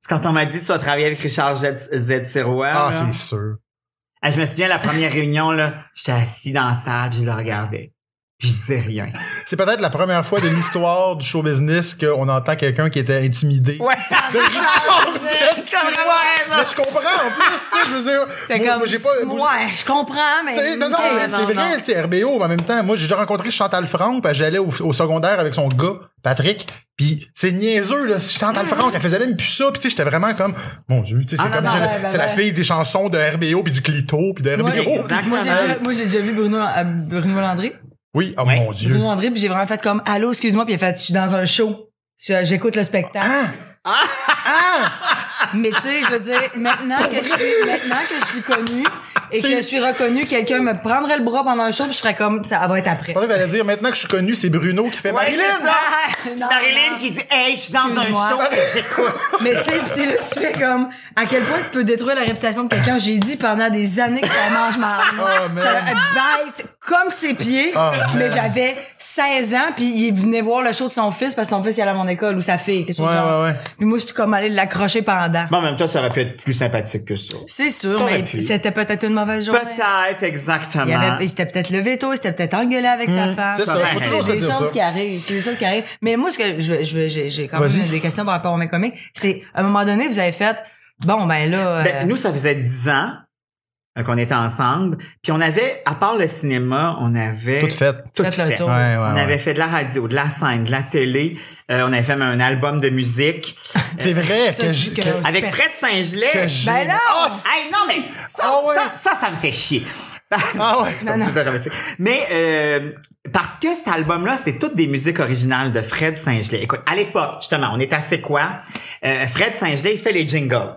C'est quand on m'a dit, tu vas travailler avec Richard Z. Z Sirois, Ah, là. c'est sûr. Ah, je me souviens, la première réunion, là, j'étais assis dans la salle, puis je le regardais. Puis je disais rien. C'est peut-être la première fois de l'histoire du show business qu'on entend quelqu'un qui était intimidé. Ouais. De Richard Z, C'est vrai, Sirois. là. Mais je comprends en plus, tu sais, je veux dire. T'es moi, comme, moi, j'ai pas- moi, ouais, je comprends, mais. tu sais, non, non, Ok, mais non, c'est non. vrai, tu sais, RBO, mais en même temps, moi, j'ai déjà rencontré Chantal Franck, puis j'allais au, au secondaire avec son gars, Patrick, puis c'est niaiseux, là, Chantal Franck, elle faisait même plus ça, puis tu sais, j'étais vraiment comme, mon Dieu, tu sais, c'est Mm. Ah, non, comme, non, j'ai- ouais, ben c'est la ouais. fille des chansons de RBO, puis du Clito, puis de RBO. Ouais, exact. Moi, j'ai déjà, moi, j'ai déjà vu Bruno, euh, Bruno Landry. Oui, oh Ouais. mon Dieu. Bruno Landry, puis j'ai vraiment fait comme, allô, excuse-moi, puis il a fait, je suis dans un show. Je- euh, J'écoute le spectacle. Ah! Mais tu sais, je veux dire, maintenant que je suis, maintenant que je suis connue et que C'est- je suis reconnue, quelqu'un me prendrait le bras pendant le show puis je ferais comme ça, elle va être après. Je pensais que t'allais dire, maintenant que je suis connu, c'est Bruno qui fait Marilyn! c'est ça. Non, Marilyn non. qui dit, hey, je suis dans un Excuse-moi. show, j'écoute. Mais tu sais, pis c'est là que tu fais comme à quel point tu peux détruire la réputation de quelqu'un. J'ai dit pendant des années que ça mange ma Oh, man. bête comme ses pieds, Oh, mais man. j'avais 16 ans puis il venait voir le show de son fils parce que son fils il allait à mon école ou sa fille quelque chose Ouais, du genre. ouais, ouais. Puis moi je suis comme allée l'accrocher pendant. Mais en même temps, ça aurait pu être plus sympathique que ça. C'est sûr, T'aurais mais pu. c'était peut-être une mauvaise journée. Peut-être, exactement. Il, y avait, il s'était peut-être levé tôt, il s'était peut-être engueulé avec sa Hmm. femme. c'est ça, faut c'est toujours se des dire choses ça. qui arrivent. C'est des choses qui arrivent. Mais moi, ce que je, je, j'ai, j'ai quand même Vas-y. des questions par rapport à mes comiques, c'est à un moment donné, vous avez fait, bon, ben là, euh, Ben, nous, ça faisait dix ans euh, qu'on était ensemble. Puis on avait, à part le cinéma, on avait... Tout fait. Tout Faites le fait. tour. Ouais, ouais, on ouais. avait fait de la radio, de la scène, de la télé. Euh, on avait fait même un album de musique C'est vrai ça, que c'est j- que- que- avec Pers- Fred Saint-Gelais. que j'ai- ben là, Oh, hey, non, mais ça, Ah ouais. ça, ça, ça me fait chier. Ah ouais. Non, non. C'est pas dramatique. Mais euh, parce que cet album-là, c'est toutes des musiques originales de Fred Saint-Gelais. Écoute, à l'époque, justement, on est à C'est quoi? Euh, Fred Saint-Gelais, il fait les jingles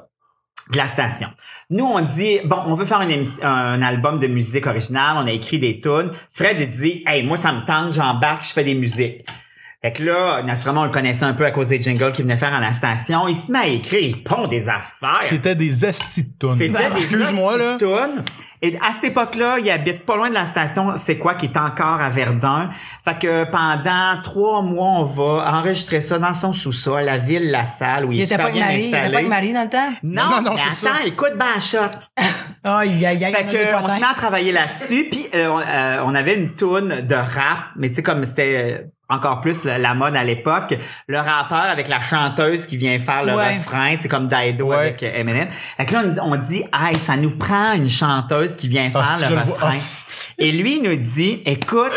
de la station. Nous, on dit, bon, on veut faire une émi- un album de musique originale, on a écrit des tunes. Fred, il dit, hey, moi, ça me tente, j'embarque, je fais des musiques. Fait que là, naturellement, on le connaissait un peu à cause des jingles qu'il venait faire à la station. Il se met à écrire, il pond des affaires. C'était des astitones. C'était des Excuse-moi, là. Tonnes. Et à cette époque-là, il habite pas loin de la station C'est quoi qui est encore à Verdun. Fait que pendant trois mois, on va enregistrer ça dans son sous-sol, la ville, la salle où il, il est était super pas avec bien Marie, il était installé. pas avec Marie dans le temps. Non, Non, non, mais c'est attends, ça. écoute Banshot. Aïe, aïe, aïe, Fait on a que des on se potins. met à travailler là-dessus, puis euh, on, euh, on avait une toune de rap, mais tu sais comme c'était euh, encore plus la, la mode à l'époque, le rappeur avec la chanteuse qui vient faire le Ouais. refrain, c'est comme Daido Ouais. avec euh, Eminem. Fait que là on, on dit hey, ça nous prend une chanteuse qui vient Ah, faire c'est que le je le vois. refrain. Ah, c'est- Et lui il nous dit écoute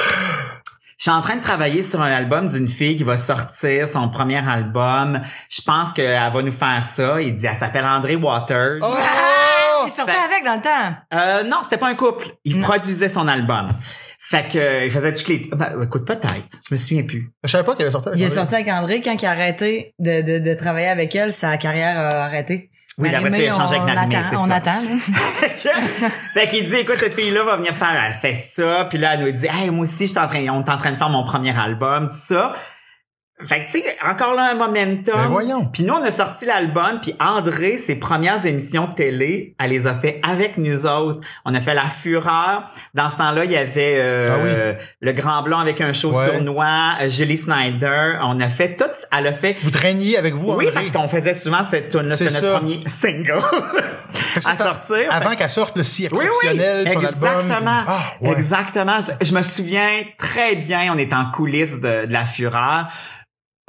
je suis en train de travailler sur un album d'une fille qui va sortir son premier album. Je pense qu'elle va nous faire ça. Il dit, elle s'appelle André Waters. Oh! Il sortait Fait- avec dans le temps. Euh, non, c'était pas un couple. Il produisait son album. Fait que euh, il faisait toutes les. Ben, écoute, peut-être. Je me souviens plus. Je savais pas qu'il avait sorti. avec Il est André. sorti avec André quand il a arrêté de, de, de travailler avec elle, sa carrière a arrêté. Oui, la Marie-Mé, voiture a changé avec on Marie-Mé, c'est attend, On ça. attend. là. fait qu'il dit, écoute, cette fille-là va venir faire, elle fait ça. Puis là, elle nous dit, hey, moi aussi, je suis en train, on est en train de faire mon premier album, tout ça. Fait que, tu sais, encore là, un momentum. Ben voyons. Puis nous, on a sorti l'album, puis André, ses premières émissions de télé, elle les a fait avec nous autres. On a fait La Fureur. Dans ce temps-là, il y avait euh, Ah oui. euh, Le Grand Blanc avec un show Ouais. sournois, euh, Julie Snyder. On a fait tout... Elle a fait... Vous traîniez avec vous, Oui, André. parce qu'on faisait souvent cette tune là C'est C'était notre ça. premier single Fait que ça, à c'était sortir. Avant qu'elle sorte le si Oui, oui, exceptionnel de son album. exactement. Ah, ouais. Exactement. Je, je me souviens très bien, on est en coulisses de, de la fureur.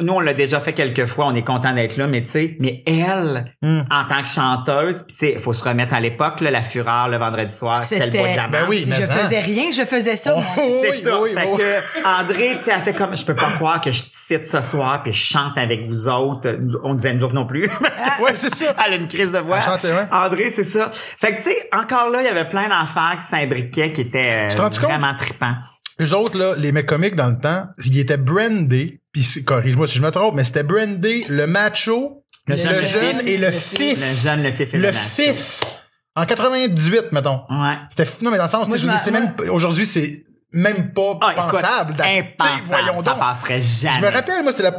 Nous, on l'a déjà fait quelques fois, on est content d'être là, mais tu sais, mais elle, Hmm. en tant que chanteuse, puis tu sais, faut se remettre à l'époque, là, la fureur, le vendredi soir, Ah, c'était le bois de la Ben marche. oui, si mais je ça. faisais rien, je faisais ça. Oh, moi. oui, C'est oui, ça. oui, fait oui. que André, tu sais, elle fait comme, je peux pas croire que je cite ce soir puis je chante avec vous autres. On disait nous autres non plus. Ouais, c'est ça. Elle a une crise de voix. Elle chantait, ouais. André, c'est ça. Fait que, tu sais, encore là, il y avait plein d'affaires qui s'imbriquaient, qui étaient euh, t'es rendu compte? vraiment trippants. Eux autres, là, les mecs comiques dans le temps, ils étaient brandés, puis c'est- corrige-moi si je me trompe, mais c'était brandé le macho, le, jeune, fif. et le Le fif. jeune, le fif et Le, le macho. fif. En 98, mettons. Ouais. C'était fou. Non, mais dans le sens, Moi, je veux je dire, c'est m'en- même, aujourd'hui, c'est même pas Ah, écoute, pensable. d'a- t'sais, impensable. voyons Ça donc. passerait jamais. Je me rappelle, moi, c'est la,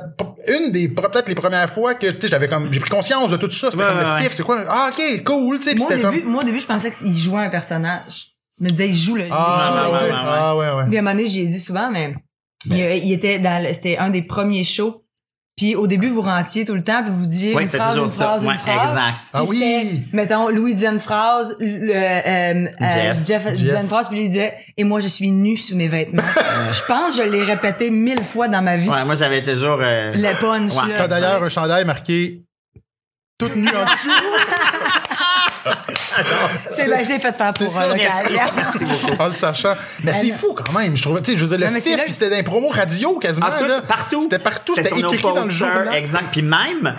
une des, peut-être les premières fois que, tu sais, j'avais comme, j'ai pris conscience de tout ça. C'était Ouais, comme ouais, le ouais. fif, c'est quoi? Ah, ok, cool, tu sais, puis Moi, au c'était début, comme. moi, au début, je pensais qu'il jouait un personnage. Je me disais, il joue le, Ah, il joue le ouais, deux. ouais. ah, ouais, Ben. ouais. Puis à un moment donné, j'y ai dit souvent, mais il, il était dans le- c'était un des premiers shows. Puis au début, vous rentiez tout le temps, puis vous disiez Ouais, une c'était phrase, toujours une ça. phrase, Ouais, une phrase. exact. Ah Puis oui. c'était, Mettons, Louis disait une phrase, le, euh, euh, Jeff. Jeff, disait Jeff. une phrase, puis lui il disait Et moi, je suis nu sous mes vêtements. je pense que je l'ai répété mille fois dans ma vie. Ouais, moi, j'avais toujours, euh, Le punch, Ouais. là. T'as d'ailleurs un chandail marqué toute nue en dessous. C'est ben, je l'ai fait faire C'est pour ça, euh, merci. l'occasion. en le sachant. Mais c'est non. fou quand même. Je trouve, tu sais, je veux dire, Non, le mais c'est fif, là puis que- c'était dans les promos radio quasiment, En Ah, tout, là. partout. C'était partout, c'était sur nos écrit dans le posters, journal. Exact. Puis même,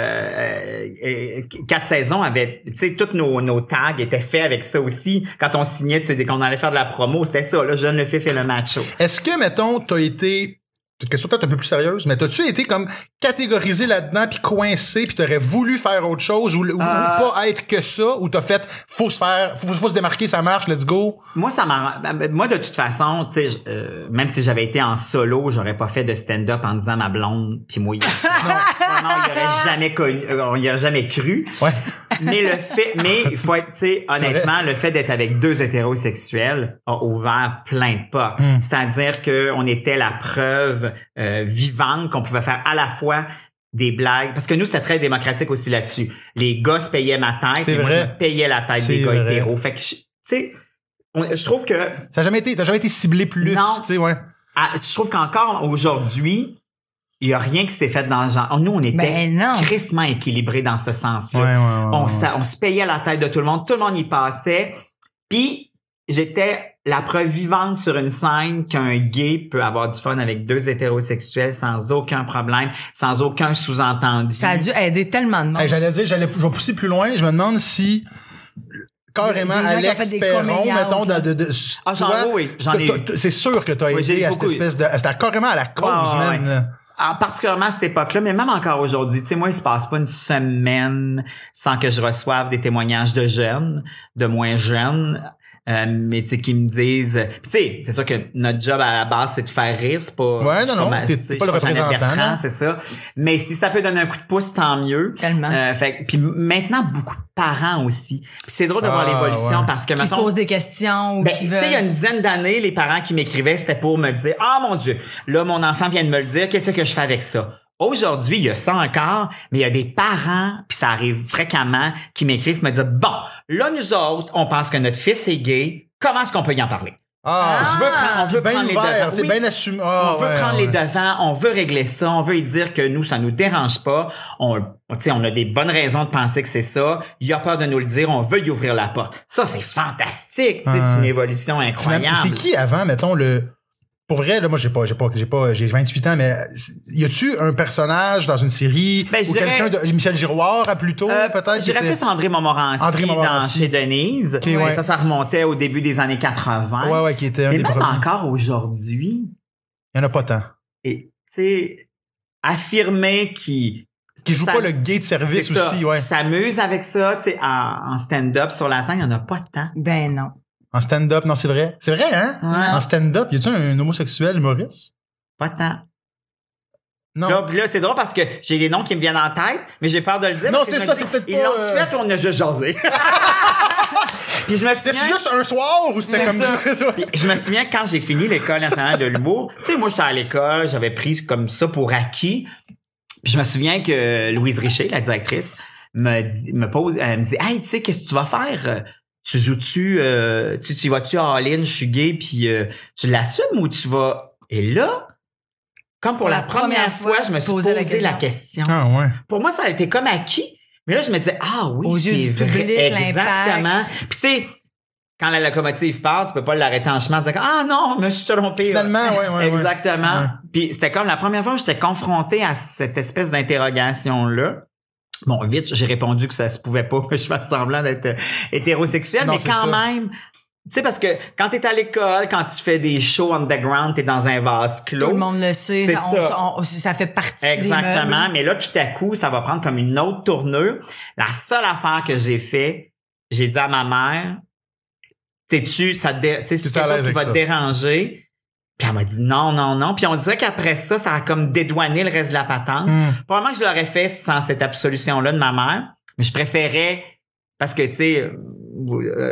euh, euh, quatre saisons avait, tu sais, toutes nos, nos tags étaient faits avec ça aussi. Quand on signait, tu sais, dès qu'on allait faire de la promo, c'était ça, là, jeune le fif et le macho. Est-ce que, mettons, t'as été, c'est une question peut-être un peu plus sérieuse, mais t'as-tu été comme catégorisé là-dedans puis coincé puis t'aurais voulu faire autre chose ou, ou- ou Euh. pas être que ça ou t'as fait faut se faire faut, faut se démarquer ça marche let's go Moi, ça m'a, moi, de toute façon, tu sais, je- euh, même si j'avais été en solo, j'aurais pas fait de stand-up en disant ma blonde puis moi. il- Non, non, il aurait jamais connu, euh, on y aurait jamais cru. ouais mais le fait, mais il faut être, tu sais, honnêtement, le fait d'être avec deux hétérosexuels a ouvert plein de portes. Hmm. C'est-à-dire que on était la preuve euh, vivante qu'on pouvait faire à la fois des blagues, parce que nous c'était très démocratique aussi là-dessus. Les gars se payaient ma tête, C'est et moi je vrai. me payais la tête des C'est gars vrai. hétéros. Fait que je- sais, on- je trouve que Ça a jamais été, t'as jamais été ciblé plus, Non. tu sais, ouais. Ah, je trouve qu'encore aujourd'hui, il y a rien qui s'est fait dans le genre. Nous, on était Ben non. crissement équilibrés dans ce sens-là. on, s'est s'a- on se payait la tête de tout le monde, tout le monde y passait. Puis j'étais la preuve vivante sur une scène qu'un gay peut avoir du fun avec deux hétérosexuels sans aucun problème, sans aucun sous-entendu. Ça a dû aider tellement de monde. Hey, j'allais dire, j'allais, je vais pousser plus loin. Je me demande si carrément Des gens qui ont fait Alex des Perron, coming out, mettons, là. de, de, de- Ah, j'en- toi, oui, j'en ai t'as- eu. t'as- C'est sûr que t'as Oui, j'ai aidé eu à cette beaucoup eu. Ah, espèce de, c'était carrément à la cause, Ouais, ouais, man. ouais. là. En particulièrement à cette époque-là, mais même encore aujourd'hui, tu sais, moi, il se passe pas une semaine sans que je reçoive des témoignages de jeunes, de moins jeunes, euh, mais tu sais, qui me disent, Puis, tu sais, c'est sûr que notre job à la base, c'est de faire rire, c'est pas, Ouais, je suis non, non, ma- t'es tu sais, pas je le suis Jeannette représentant, Bertrand, non. c'est ça. Mais si ça peut donner un coup de pouce, tant mieux. Tellement. Euh, fait, que- puis maintenant, beaucoup de parents aussi. Puis c'est drôle de voir Ah, l'évolution ouais. parce que qui se mettons, posent des questions ou ben, qui tu sais, il y a veulent. une dizaine d'années, les parents qui m'écrivaient, c'était pour me dire, ah mon Dieu, là, mon enfant vient de me le dire, qu'est-ce que je fais avec ça? Aujourd'hui, il y a ça encore, mais il y a des parents, puis ça arrive fréquemment, qui m'écrivent, me disent, bon, là, nous autres, on pense que notre fils est gay, comment est-ce qu'on peut y en parler? Ah, Je veux prendre, on veut bien prendre les ouvert, devants. tu sais, Oui. bien assumé. Ah, on veut ouais, prendre ouais. les devants, on veut régler ça, on veut y dire que nous, ça nous dérange pas. On, tu sais, on a des bonnes raisons de penser que c'est ça. Il a peur de nous le dire, on veut y ouvrir la porte. Ça, c'est fantastique. tu sais, Ouais. C'est une évolution Finalement, incroyable. C'est qui avant, mettons, le. Pour vrai, là, moi, j'ai pas, j'ai pas, j'ai pas, j'ai 28 ans, mais c'est- y a-tu un personnage dans une série Ben, je ou dirais- quelqu'un de Michel Giroir, à plus tôt, Euh, peut-être? Je qui dirais était- plus André Montmorency, André dans Montmorency. chez Denise. ouais. Ça, ça remontait au début des années 80. Ouais, ouais, qui était un Mais des même premiers. encore aujourd'hui, Il y en a pas tant. et, tu sais, affirmer qui Qui joue Ça- pas le gay de service aussi, ouais. s'amuse avec ça, tu sais, en, en stand-up sur la scène, il n'y en a pas tant. Ben non. En stand-up, non, c'est vrai. C'est vrai, hein? Ouais. En stand-up, y a-tu un homosexuel humoriste? Pas tant. Non. Là, puis là, c'est drôle parce que j'ai des noms qui me viennent en tête, mais j'ai peur de le dire. Non, parce que c'est je me ça, dis, c'est peut-être Ils pas, l'ont euh, fait ou on a juste jasé? Puis je me C'était souviens- juste un soir ou c'était C'est comme ça. ça? Puis je me souviens que quand j'ai fini l'école nationale de l'humour, tu sais, moi j'étais à l'école, j'avais pris comme ça pour acquis. Puis je me souviens que Louise Richer, la directrice, me dit, me pose, elle me dit, hey, tu sais, qu'est-ce que tu vas faire? Tu joues-tu, euh, tu, tu y vas-tu en ligne, je suis gay, puis euh, tu l'assumes ou tu vas. Et là, comme pour la, première fois, je me suis posé, la, question. Ah, ouais. Pour moi, ça a été comme acquis. Mais là, je me disais, ah oui, Aux c'est yeux du vrai. public, Exactement. l'impact. Puis tu sais, quand la locomotive part, tu peux pas l'arrêter en chemin en disant Ah non, je me suis trompé. Finalement, ouais, ouais, ouais. euh, Exactement. Ouais. Puis c'était comme la première fois où j'étais confronté à cette espèce d'interrogation-là. Bon, vite, j'ai répondu que ça se pouvait pas que je fasse semblant d'être euh, hétérosexuel, Non, mais c'est quand ça. même. Tu sais, parce que quand t'es à l'école, quand tu fais des shows underground, t'es dans un vase clos. Tout le monde le sait. C'est Ça, on- ça. on- ça fait partie des Exactement. meubles. Mais là, tout à coup, ça va prendre comme une autre tournure. La seule affaire que j'ai fait, j'ai dit à ma mère, t'es-tu, ça te dé- tu sais, c'est T'es à quelque chose l'aise qui va avec te ça. déranger. Puis elle m'a dit non, non, non. Puis on dirait qu'après ça, ça a comme dédouané le reste de la patente. Hmm. Probablement que je l'aurais fait sans cette absolution-là de ma mère, mais je préférais parce que tu sais, euh,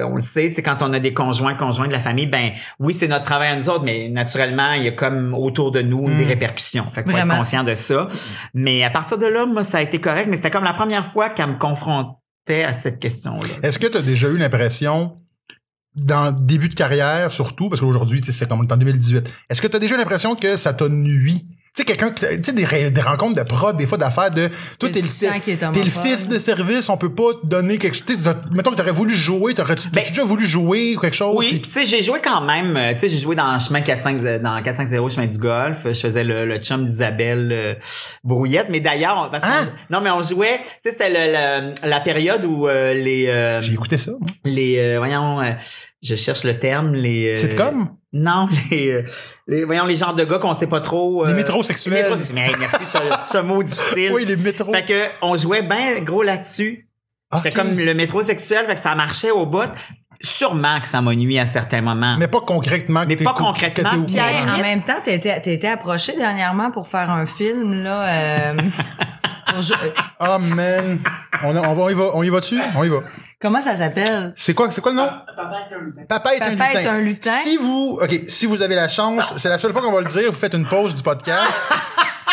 on le sait, tu sais, quand on a des conjoints, conjoints de la famille, ben oui, c'est notre travail à nous autres, mais naturellement, il y a comme autour de nous des Mm. répercussions. Fait que faut être Vraiment. conscient de ça. Mais à partir de là, moi, ça a été correct, mais c'était comme la première fois qu'elle me confrontait à cette question-là. Est-ce que tu as déjà eu l'impression, dans le début de carrière surtout, parce qu'aujourd'hui, tu sais, c'est comme on est en 2018, est-ce que tu as déjà eu l'impression que ça t'a nuit? Tu sais, quelqu'un, que t'a- tu sais, des, ra- des rencontres de prod, des fois d'affaires de, toi, Que tu t'es le, sens fi- qu'il est t'es le homophobe. fils de service, on peut pas te donner quelque chose. Tu sais, t'as- mettons que t'aurais voulu jouer, t'aurais-tu t'as-tu Ben- déjà voulu jouer ou quelque chose? Oui, puis- puis tu sais, j'ai joué quand même, euh, tu sais, j'ai joué dans chemin 450 dans 450 chemin du golf, je faisais le, le chum d'Isabelle euh, Brouillette, mais d'ailleurs on- parce qu'on- Hein? non mais on jouait, tu sais c'était le- le- la période où euh, les euh, J'ai écouté ça. moi. les euh, voyons euh, je cherche le terme les euh, C'est comme? Non, les, euh, les voyons les genres de gars qu'on sait pas trop euh, Les métrosexuels. les métrosexuels. Mais hey, merci ce, ce mot difficile. Oui, les métros. Ah, Fait que on jouait bien gros là-dessus. C'était Ok. comme le métrosexuel, fait que ça marchait au bout. Sûrement que ça m'a nuit à certains moments. Mais pas concrètement. que Mais t'es pas au- que concrètement, t'es au puis Mais à courant. la en limite- même temps, t'as été, t'as été approché dernièrement pour faire un film, là. euh, pour jou- euh, Ah, man. On, a- on va, on y va, on y va dessus? On y va. comment ça s'appelle? C'est quoi, c'est quoi le nom? Papa est un lutin. Papa est un lutin. Si vous, ok, si vous avez la chance, c'est la seule fois qu'on va le dire, vous faites une pause du podcast.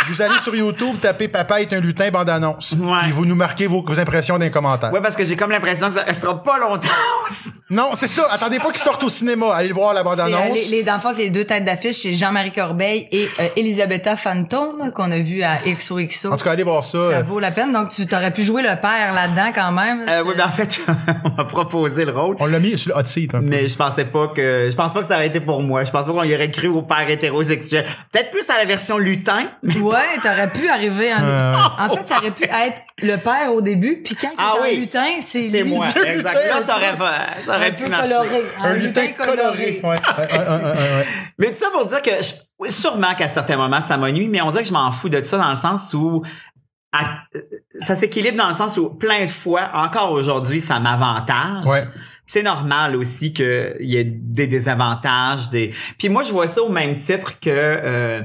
vous allez sur YouTube, tapez Papa est un lutin bande annonce. Ouais. Puis vous nous marquez vos, vos impressions dans les commentaires. Ouais, parce que j'ai comme l'impression que ça restera pas longtemps. aussi. Non, c'est ça. Attendez pas qu'ils sortent au cinéma. Allez le voir la C'est, euh, bande-annonce. les, les, dans le fond, les deux têtes d'affiche, c'est Jean-Marie Corbeil et euh, Elisabetta Fantone qu'on a vu à XOXO. En tout cas, allez voir ça. ça vaut la peine. Donc, tu t'aurais pu jouer le père là-dedans quand même. Euh, oui, mais en fait, on m'a proposé le rôle. On l'a mis sur le hot seat un peu. Mais je pensais pas que, je pense pas que ça aurait été pour moi. Je pense pas qu'on y aurait cru au père hétérosexuel. Peut-être plus à la version lutin. mais- Ouais, t'aurais pu arriver en... Euh, En fait, ça aurait pu être le père au début, puis quand il Ah est en oui. lutin, c'est lui. C'est moi. Dieu, Exact. lutin, Là, ça aurait, pas- ça Un aurait peu pu marcher. coloré. Un, un lutin coloré. Ouais. Ouais, ouais, ouais, ouais, ouais. Mais tout ça pour dire que je- oui, sûrement qu'à certains moments, ça m'ennuie, mais on dirait que je m'en fous de ça dans le sens où à- euh, ça s'équilibre dans le sens où plein de fois, encore aujourd'hui, ça m'avantage. Ouais. C'est normal aussi qu'il y ait des désavantages. Des... Puis moi, je vois ça au même titre que... euh,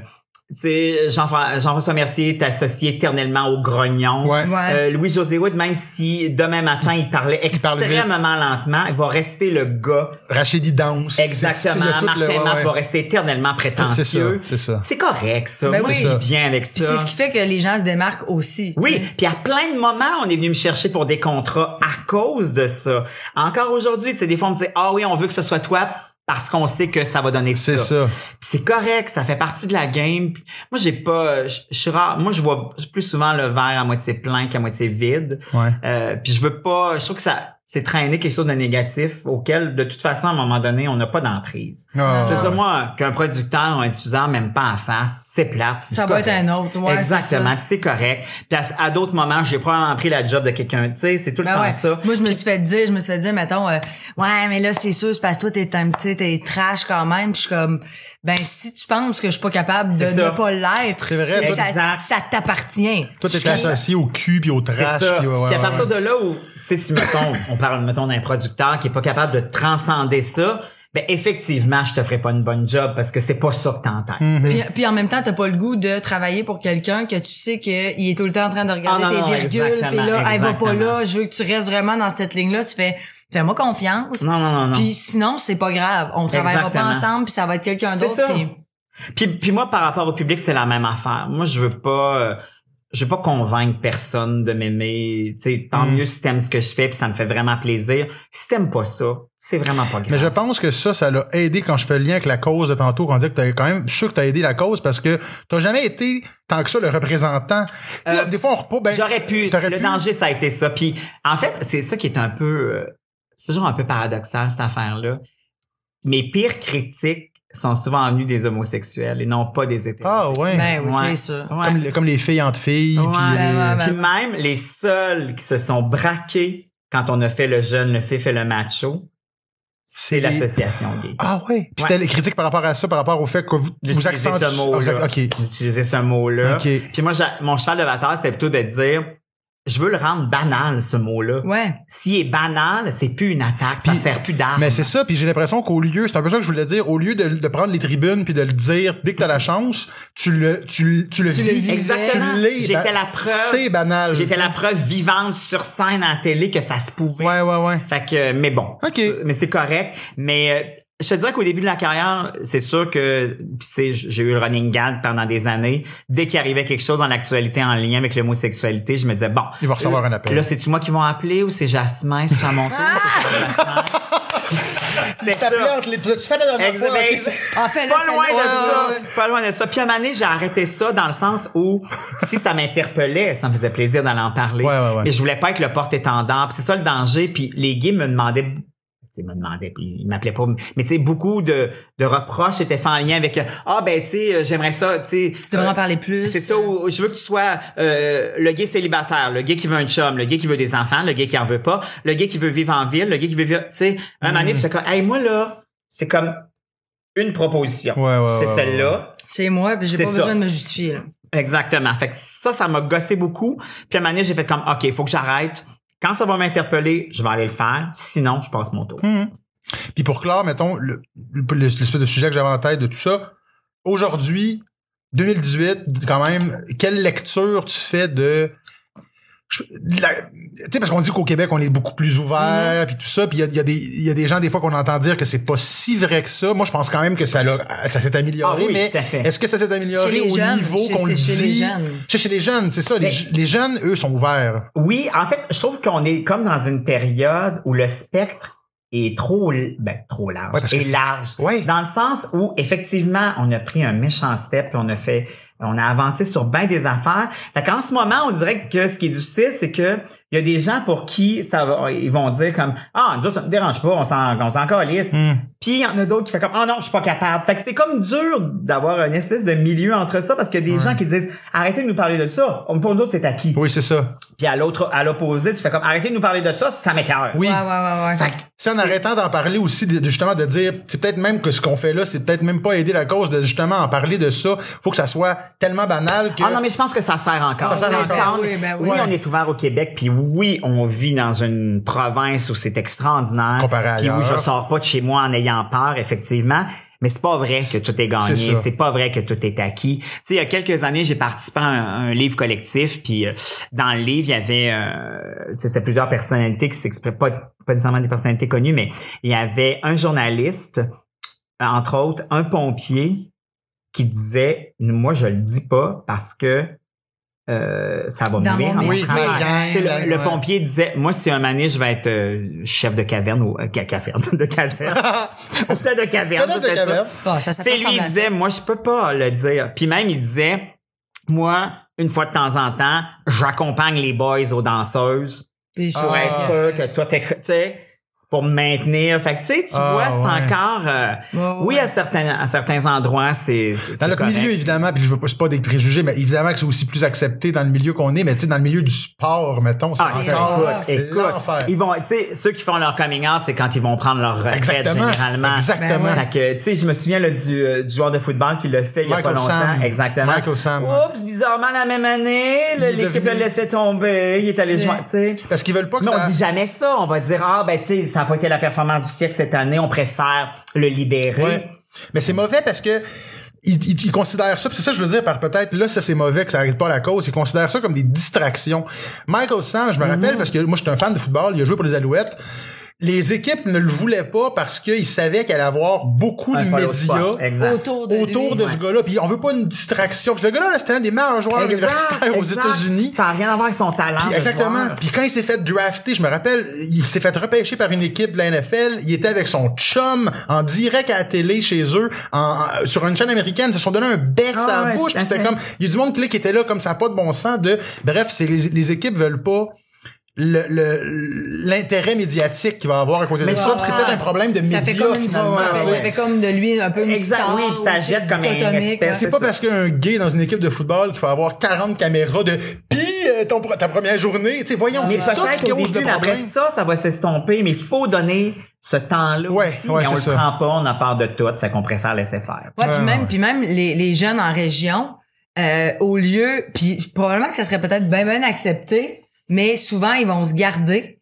tu sais, Jean-Fra- Jean-François Mercier est associé éternellement au grognon. Ouais. Ouais. Euh, Louis-José Wood, même si demain matin, il parlait parle vite. extrêmement lentement, il va rester le gars Rachidi danse. Exactement. C'est- il y a tout le- Martin ouais, Matt ouais. va rester éternellement C'est ça. prétentieux. C'est ça. C'est correct, ça. Ben Moi, oui. je suis bien avec Puis ça. c'est ce qui fait que les gens se démarquent aussi. tu Oui, sais. puis à plein de moments, on est venu me chercher pour des contrats à cause de ça. Encore aujourd'hui, tu sais, des fois, on me dit « Ah oui, on veut que ce soit toi parce qu'on sait que ça va donner ça. » C'est ça. Puis c'est correct, ça fait partie de la game. Puis Moi, j'ai pas... Je je suis rare... Moi, je vois plus souvent le verre à moitié plein qu'à moitié vide. Ouais. Euh, puis je veux pas... Je trouve que ça... C'est traîner quelque chose de négatif auquel, de toute façon, à un moment donné, on n'a pas d'emprise. Ah, C'est ouais. ça, moi, qu'un producteur ou un diffuseur m'aime pas en face, c'est plate. c'est Ça va correct. être un autre. Ouais, c'est Exactement, ça. puis c'est correct. Puis à, à d'autres moments, j'ai probablement pris la job de quelqu'un, tu sais, c'est tout le Ben temps ouais. ça. Moi, je me suis fait dire, je me suis fait dire, mettons, euh, ouais, mais là, c'est sûr, c'est parce que toi, t'es un petit, t'es trash quand même. Puis je suis comme, ben, si tu penses que je suis pas capable de C'est ça. ne pas l'être, C'est vrai, c'est- toi- ça, Exact. ça t'appartient. Toi, Je t'es suis- associé au cul puis au C'est trash. ça. puis ouais, ouais, Puis à ouais, partir ouais. de là où, c'est si, mettons, on parle, mettons, d'un producteur qui est pas capable de transcender ça, ben effectivement, je te ferai pas une bonne job parce que c'est pas ça que t'entends. Mhm. Puis, puis en même temps, t'as pas le goût de travailler pour quelqu'un que tu sais qu'il est tout le temps en train de regarder Ah non, non, tes virgules, exactement, puis là, elle va pas exactement. là, je veux que tu restes vraiment dans cette ligne-là, tu fais, fais-moi confiance. Non, non, non, non. Puis sinon, c'est pas grave, on travaillera pas Exactement. ensemble, puis ça va être quelqu'un C'est d'autre. ça. puis- Puis, puis moi, par rapport au public, c'est la même affaire. Moi, je veux pas, euh, je veux pas convaincre personne de m'aimer. Tu sais, tant Mm. mieux si t'aimes ce que je fais, puis ça me fait vraiment plaisir. Si t'aimes pas ça, c'est vraiment pas grave. Mais je pense que ça, ça l'a aidé quand je fais le lien avec la cause de tantôt, quand on dit que t'as quand même, je suis sûr que t'as aidé la cause parce que t'as jamais été tant que ça le représentant. Tu sais, Euh, des fois, on repousse, ben, J'aurais pu. t'aurais Le pu. danger, ça a été ça. Puis, en fait, c'est ça qui est un peu, euh, c'est toujours un peu paradoxal cette affaire-là. Mes pires critiques sont souvent venues des homosexuels et non pas des ah hétérosexuels. ouais. Ben oui, Ouais. c'est sûr. Ouais. Ah, Comme, les- comme les filles entre filles. Ouais, puis, euh, ouais, Puis même les seuls qui se sont braqués quand on a fait le jeune, le fait fait le macho, c'est les- l'association gay. Ah ouais. Puis c'était les critiques par rapport à ça, par rapport au fait que vous, vous D'utiliser accentuez. ce mot-là. ah, vous ac- D'utiliser ce mot-là. Ok. Ok. Puis moi, j'a- mon cheval de bataille, c'était plutôt de dire, je veux le rendre banal, ce mot-là. Ouais. S'il est banal, c'est plus une attaque, ça Puis- sert plus d'arme. Mais c'est ça, puis j'ai l'impression qu'au lieu, c'est un peu ça que je voulais dire, au lieu de, de prendre les tribunes puis de le dire dès que t'as la chance, tu le, tu, tu le Tu le vis. vis. Exactement. Tu l'es, J'étais ben, la preuve. C'est banal. J'étais la preuve vivante sur scène à la télé que ça se pouvait. Ouais, ouais, ouais. Fait que, mais bon. Ok. Mais c'est correct. Mais euh, je te dirais qu'au début de la carrière, c'est sûr que pis c'est, j'ai eu le running gag pendant des années. Dès qu'il arrivait quelque chose dans l'actualité en lien avec l'homosexualité, je me disais bon. Il va recevoir là- un appel. Là, c'est tu moi qui vont appeler ou c'est Jasmin sur mon tour. c'est pas Jasmin. Il C'est ça. s'appelait entre les- Tu fais la dernière Exact. fois, ok, c'est- En fait, là, Pas loin de celle-là, ça. ouais, ouais. Pas loin de ça. Puis à un moment donné, j'ai arrêté ça dans le sens où si ça m'interpellait, ça me faisait plaisir d'en en parler. Ouais, ouais, ouais. Mais je voulais pas être le porte-étendard. Puis c'est ça le danger. Puis les gays me demandaient tu sais, me demandaient, puis ils m'appelaient pas. Mais tu sais, beaucoup de, de reproches étaient faits en lien avec euh, Ah ben tu sais, euh, j'aimerais ça, tu sais. Tu devrais euh, en parler plus. c'est ça où je veux que tu sois euh, le gay célibataire, le gay qui veut un chum, le gay qui veut des enfants, le gay qui en veut pas, le gay qui veut vivre en ville, le gay qui veut vivre. Tu sais, un Mm. moment donné, tu fais comme, hey, moi là, c'est comme une proposition. Ouais, ouais, ouais, c'est ouais, celle-là. C'est moi, puis j'ai C'est pas ça. besoin de me justifier. là. Exactement. Fait que ça, ça m'a gossé beaucoup. Puis à un moment donné, j'ai fait comme, OK, il faut que j'arrête. Quand ça va m'interpeller, je vais aller le faire. Sinon, je passe mon tour. Puis pour clore, mettons, le- le- l'espèce de sujet que j'avais en tête de tout ça, aujourd'hui, 2018, quand même, quelle lecture tu fais de... je- de la- Tu sais, parce qu'on dit qu'au Québec, on est beaucoup plus Mm-hmm. ouvert, puis tout ça, puis il y a, il y a des- il y a des gens, des fois, qu'on entend dire que c'est pas si vrai que ça. Moi, je pense quand même que ça, l'a- ça s'est amélioré, Ah oui, mais tout à fait. est-ce que ça s'est amélioré Chez les au jeunes, niveau chez- qu'on le dit? c'est chez les jeunes. Chez, chez les jeunes, c'est ça. Les, Mais- je- les jeunes, eux, sont ouverts. Oui, en fait, je trouve qu'on est comme dans une période où le spectre est trop, l- ben, trop large. Ouais, parce que est c'est- large. Ouais. Dans le sens où, effectivement, on a pris un méchant step, puis on a fait, on a avancé sur bien des affaires. Fait qu'en ce moment, on dirait que ce qui est difficile, c'est que il y a des gens pour qui ça va, ils vont dire comme, ah, nous autres, ça ne dérange pas, on s'en, on s'en calisse. Hmm. Puis il y en a d'autres qui font comme, ah non, je suis pas capable. Fait que c'est comme dur d'avoir une espèce de milieu entre ça parce qu'il y a des gens qui disent, arrêtez de nous parler de ça. Pour nous autres, c'est acquis. Oui, c'est ça. Puis à l'autre, à l'opposé, tu fais comme, arrêtez de nous parler de ça, ça m'écœure. Oui. Ouais, ouais, ouais, ouais. Fait que C'est en arrêtant d'en parler aussi, de- de- justement, de dire, c'est peut-être même que ce qu'on fait là, c'est peut-être même pas aider la cause de justement en parler de ça. Faut que ça soit tellement banal que. Ah non, mais je pense que ça sert encore. Ça sert C'est encore. Ben oui, ben oui, oui. on est ouvert au Québec, puis oui, on vit dans une province où c'est extraordinaire. Comparé à Puis oui, ailleurs. je sors pas de chez moi en ayant peur, effectivement. Mais c'est pas vrai que tout est gagné. c'est ça. C'est pas vrai que tout est acquis. Tu sais, il y a quelques années, j'ai participé à un, un livre collectif, puis euh, dans le livre, il y avait, euh, tu sais, c'était plusieurs personnalités qui s'exprimaient, pas, pas nécessairement des personnalités connues, mais il y avait un journaliste, entre autres, un pompier qui disait, moi, je le dis pas parce que euh, ça va Dans mourir. mon en mon métier, travail. gang, Tu sais, le, gang, le ouais. pompier disait, moi, si un mané, je vais être euh, chef de caverne ou euh, ca- caverne, de caserne. Peut-être de caverne. Peut-être de peut-être ça. caverne. Bon, Ah, ça, ça Tu peut sais, lui, ressembler il à ça. disait, moi, je peux pas le dire. Puis même, il disait, moi, une fois de temps en temps, j'accompagne les boys aux danseuses Puis je- pour Ah. être sûr que toi, t'es, tu sais, pour me maintenir. Fait que, tu sais, tu Ah, vois, c'est ouais. encore, euh, Ouais, oui, ouais. à certains, à certains endroits, c'est, c'est- Dans c'est notre correct. milieu, évidemment, puis je veux pas, c'est pas des préjugés, mais évidemment que c'est aussi plus accepté dans le milieu qu'on est, mais tu sais, dans le milieu du sport, mettons, c'est Ah, c'est encore écoute, l'enfer. Écoute, ils vont, tu sais, ceux qui font leur coming out, c'est quand ils vont prendre leur retraite Exactement. généralement. Exactement. Ben Fait que, tu sais, je me souviens là, du, euh, du joueur de football qui l'a fait il y a pas Michael longtemps. Sam. Exactement. Michael Sam. Oups, bizarrement, la même année, le- Il est l'équipe devenu- l'a laissé tomber, il est allé C'est- jouer, tu sais. Parce qu'ils veulent pas que Mais ça. on dit jamais ça. On va dire, ah, ben, tu sais, ça n'a pas été la performance du siècle cette année. On préfère le libérer. Ouais. Mais c'est mauvais parce que ils, ils- ils considèrent ça, puis c'est ça que je veux dire par peut-être là ça c'est mauvais que ça arrive pas à la cause, ils considèrent ça comme des distractions. Michael Sam, je me rappelle Mm. parce que moi j'étais un fan de football, il a joué pour les Alouettes. Les équipes ne le voulaient pas parce qu'ils savaient qu'il allait avoir beaucoup Un de follow médias spot. Exact. autour de autour lui. de ce gars-là. Puis on veut pas une distraction. Puis le gars-là, là, c'était un des meilleurs joueurs Exact, universitaires aux exact. États-Unis. Ça n'a rien à voir avec son talent. Puis de exactement. joueur. Puis quand il s'est fait drafter, je me rappelle, il s'est fait repêcher par une équipe de la NFL. Il était avec son chum en direct à la télé chez eux, en- en- sur une chaîne américaine. Ils se sont donné un bec Ah à la ouais, bouche. tout à Puis c'était fait. comme, il y a du monde là, qui était là comme ça, a pas de bon sens. De bref, c'est les, les équipes veulent pas le- le- l'intérêt médiatique qu'il va avoir à côté Mais de ça. ouais, Puis c'est peut-être ouais. un problème de Ça médias. fait comme une finalement, ça fait- tu sais. ça fait comme de lui un peu une Exact, star oui, puis ça aussi, jette comme une dichotomique, hein. espèce- ouais. C'est pas parce qu'un gay dans une équipe de football qu'il faut avoir 40 caméras de pis euh, ton pro- ta première journée, tu sais voyons, Ah, Mais c'est ça qui peut-être au cause début, le mais après problème. ça, ça va s'estomper. Mais il faut donner ce temps-là Ouais, aussi. ouais, mais on le c'est ça. prend pas, on a peur de tout. Fait qu'on préfère laisser faire. Ouais, Ouais, puis même, ouais. puis même les, les jeunes en région, euh, au lieu, puis probablement que ça serait peut-être bien bien accepté, mais souvent ils vont se garder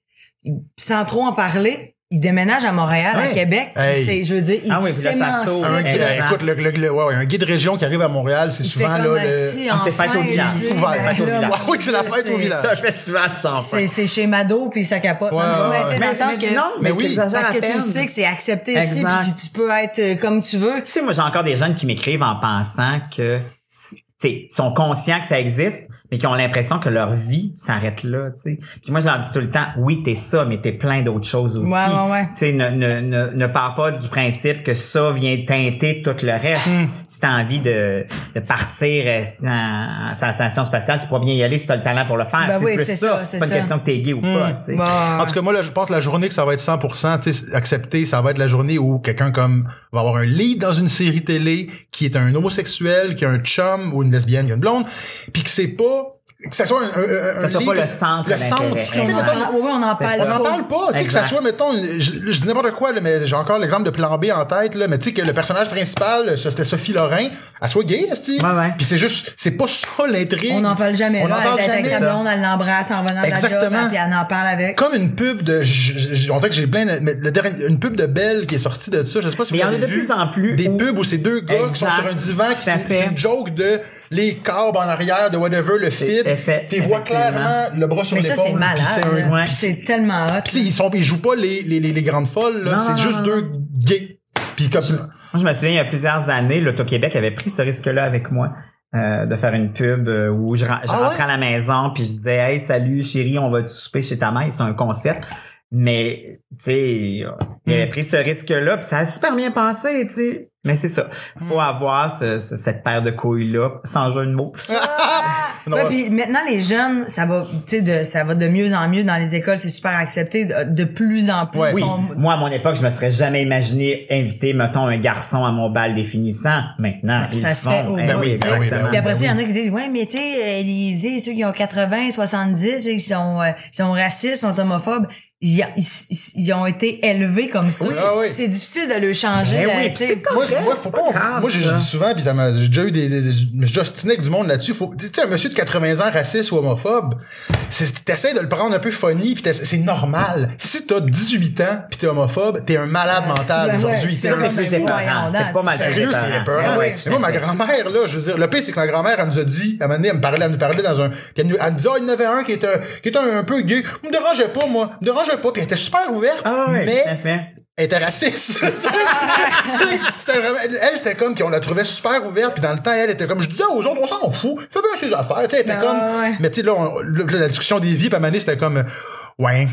sans trop en parler. Ils déménagent à Montréal, Ouais. à Québec. puis Hey. c'est, je veux dire, ils Ah oui, puis là, ça s'émancipent. saute. Un guide, Exact. euh, écoute, le, le- le- ouais, ouais, un guide région qui arrive à Montréal, c'est Il fait souvent là comme, euh, le- ah, si, on s'est enfin, fait Ah, au village. il dit, Ouvert, ben fête au là, village. moi, Oui, c'est la fête au c'est- village. C'est un festival sans fin. C'est, c'est chez Mado puis ça capote. Ouais, Non, mais ouais, tu sais, ouais. dans le sens que non, mais mais oui, t'exagères parce à que tu peine. le sais que c'est accepté ici Exact. puis tu peux être euh, comme tu veux. Tu sais, moi, j'ai encore des jeunes qui m'écrivent en pensant que, tu sais, sont conscients que ça existe, mais qui ont l'impression que leur vie s'arrête là, tu sais. Puis moi, je leur dis tout le temps, oui, t'es ça, mais t'es plein d'autres choses aussi. Ouais, ouais, ouais. Tu sais, ne, ne, ne, ne pars pas du principe que ça vient teinter tout le reste. Hmm. Si t'as envie de, de partir euh, sans, sans station spatiale, tu pourras bien y aller si t'as le talent pour le faire. Ben c'est oui, plus c'est ça, ça. c'est pas une ça. question que t'es gay ou pas, tu sais. Bah, En tout cas, moi, là, je pense que la journée que ça va être 100%, tu sais, accepté, ça va être la journée où quelqu'un comme va avoir un lead dans une série télé qui est un homosexuel, qui a un chum ou une lesbienne, qui a une blonde, puis que c'est pas que ça soit un, un, un Ça soit pas lead- le centre le d'intérêt. centre. Tu sais, on en Exact. mettons, parle- oui, oui, on en C'est parle ça. On n'en parle pas, tu sais, que ça Exact. soit, mettons, je, je dis n'importe quoi, là, mais j'ai encore l'exemple de Plan B en tête, là, mais tu sais que le personnage principal, ça, c'était Sophie Lorrain, elle soit gay, esti. Ouais, ouais. Puis c'est juste, c'est pas ça l'intrigue. On n'en parle jamais. On là, n'en parle elle est avec jamais. sa blonde, elle l'embrasse en venant de la Exactement. job, puis elle en parle avec. Comme une pub de, je- je- je- on dirait que j'ai plein, de- mais le dernier, une pub de Belle qui est sortie de ça, je sais pas si Mais vous il y en l'avez a de vu. plus en plus Des où- pubs où ces deux gars qui sont Exact. sur un divan, qui Tout à c'est fait. c'est une joke de les câbles en arrière de whatever, le fibre. effet- T'es vois effectivement. clairement le bras sur Mais ça, l'épaule. c'est puis malade. c'est un- là. ouais. Puis C'est tellement hot. Pis tu sais, ils sont ils jouent pas les les les, les grandes folles là, Non, non, c'est juste non, deux gays. Puis comme Moi, je me souviens, il y a plusieurs années, l'Auto-Québec avait pris ce risque-là avec moi. euh, de faire une pub euh, où je, ren- je Ah rentrais à la maison puis je disais hey salut chérie on va te souper chez ta mère c'est un concept Mais, tu sais, il Hmm. avait pris ce risque-là, puis ça a super bien passé, tu sais. Mais c'est ça. Hmm. Faut avoir ce- ce- cette paire de couilles-là, sans jeu de mots. Ah, Non, Ouais, ouais. puis maintenant les jeunes, ça va, tu sais, de- ça va de mieux en mieux dans les écoles, c'est super accepté de, de plus en plus. Ouais. Oui, Sont- moi, à mon époque, je me serais jamais imaginé inviter, mettons, un garçon à mon bal définissant. Maintenant, ils Ça le se font. fait au Eh bout, oui, tu sais. exactement. Puis après Ben ça, il y en a qui disent ouais, mais tu sais, euh, les- tu sais, ceux qui ont 80, 70, ils sont euh, ils sont racistes, sont homophobes, ils, ils- ils- ils ont été élevés comme ça. Oui, ah oui. C'est difficile de le changer. Ben là, oui, tu sais. c'est Moi, correct, moi, faut c'est pas. grave, moi, je je ça. dis souvent, puis ça m'a- j'ai déjà eu des. des- des- je me suis obstiné avec du monde là-dessus. Faut- Tu sais, un monsieur de 80 ans raciste ou homophobe, c'est- t'essaies de le prendre un peu funny, puis t'ess- c'est normal. Si t'as 18 ans, puis t'es homophobe, t'es un malade mental Ben ouais, aujourd'hui. c'est T'es un- ça. C'est plus voyons épeurant. donc, C'est pas mal. Sérieux, plus c'est épeurant. Ben oui, Mais moi, ma grand-mère, là, je veux dire, le pire, c'est que ma grand-mère, elle nous a dit, à un moment donné, elle me parlait, elle nous parlait dans un, puis elle nous, elle nous dit, ah, il y en avait un qui était, qui était un peu gay. Me dérangeait pas, moi. Me dérangeait pas, puis elle était super ouverte. Ah oui, tout à mais fait. elle était raciste. Tu sais, c'était vraiment, elle, elle, c'était comme, puis on la trouvait super ouverte, puis dans le temps, elle était comme, je disais aux autres, on s'en fout, fais bien ses affaires, tu sais, elle était Ah, comme, ouais. mais tu sais, là, on- le- la discussion des vies, puis à un moment donné, c'était comme, euh, ouais,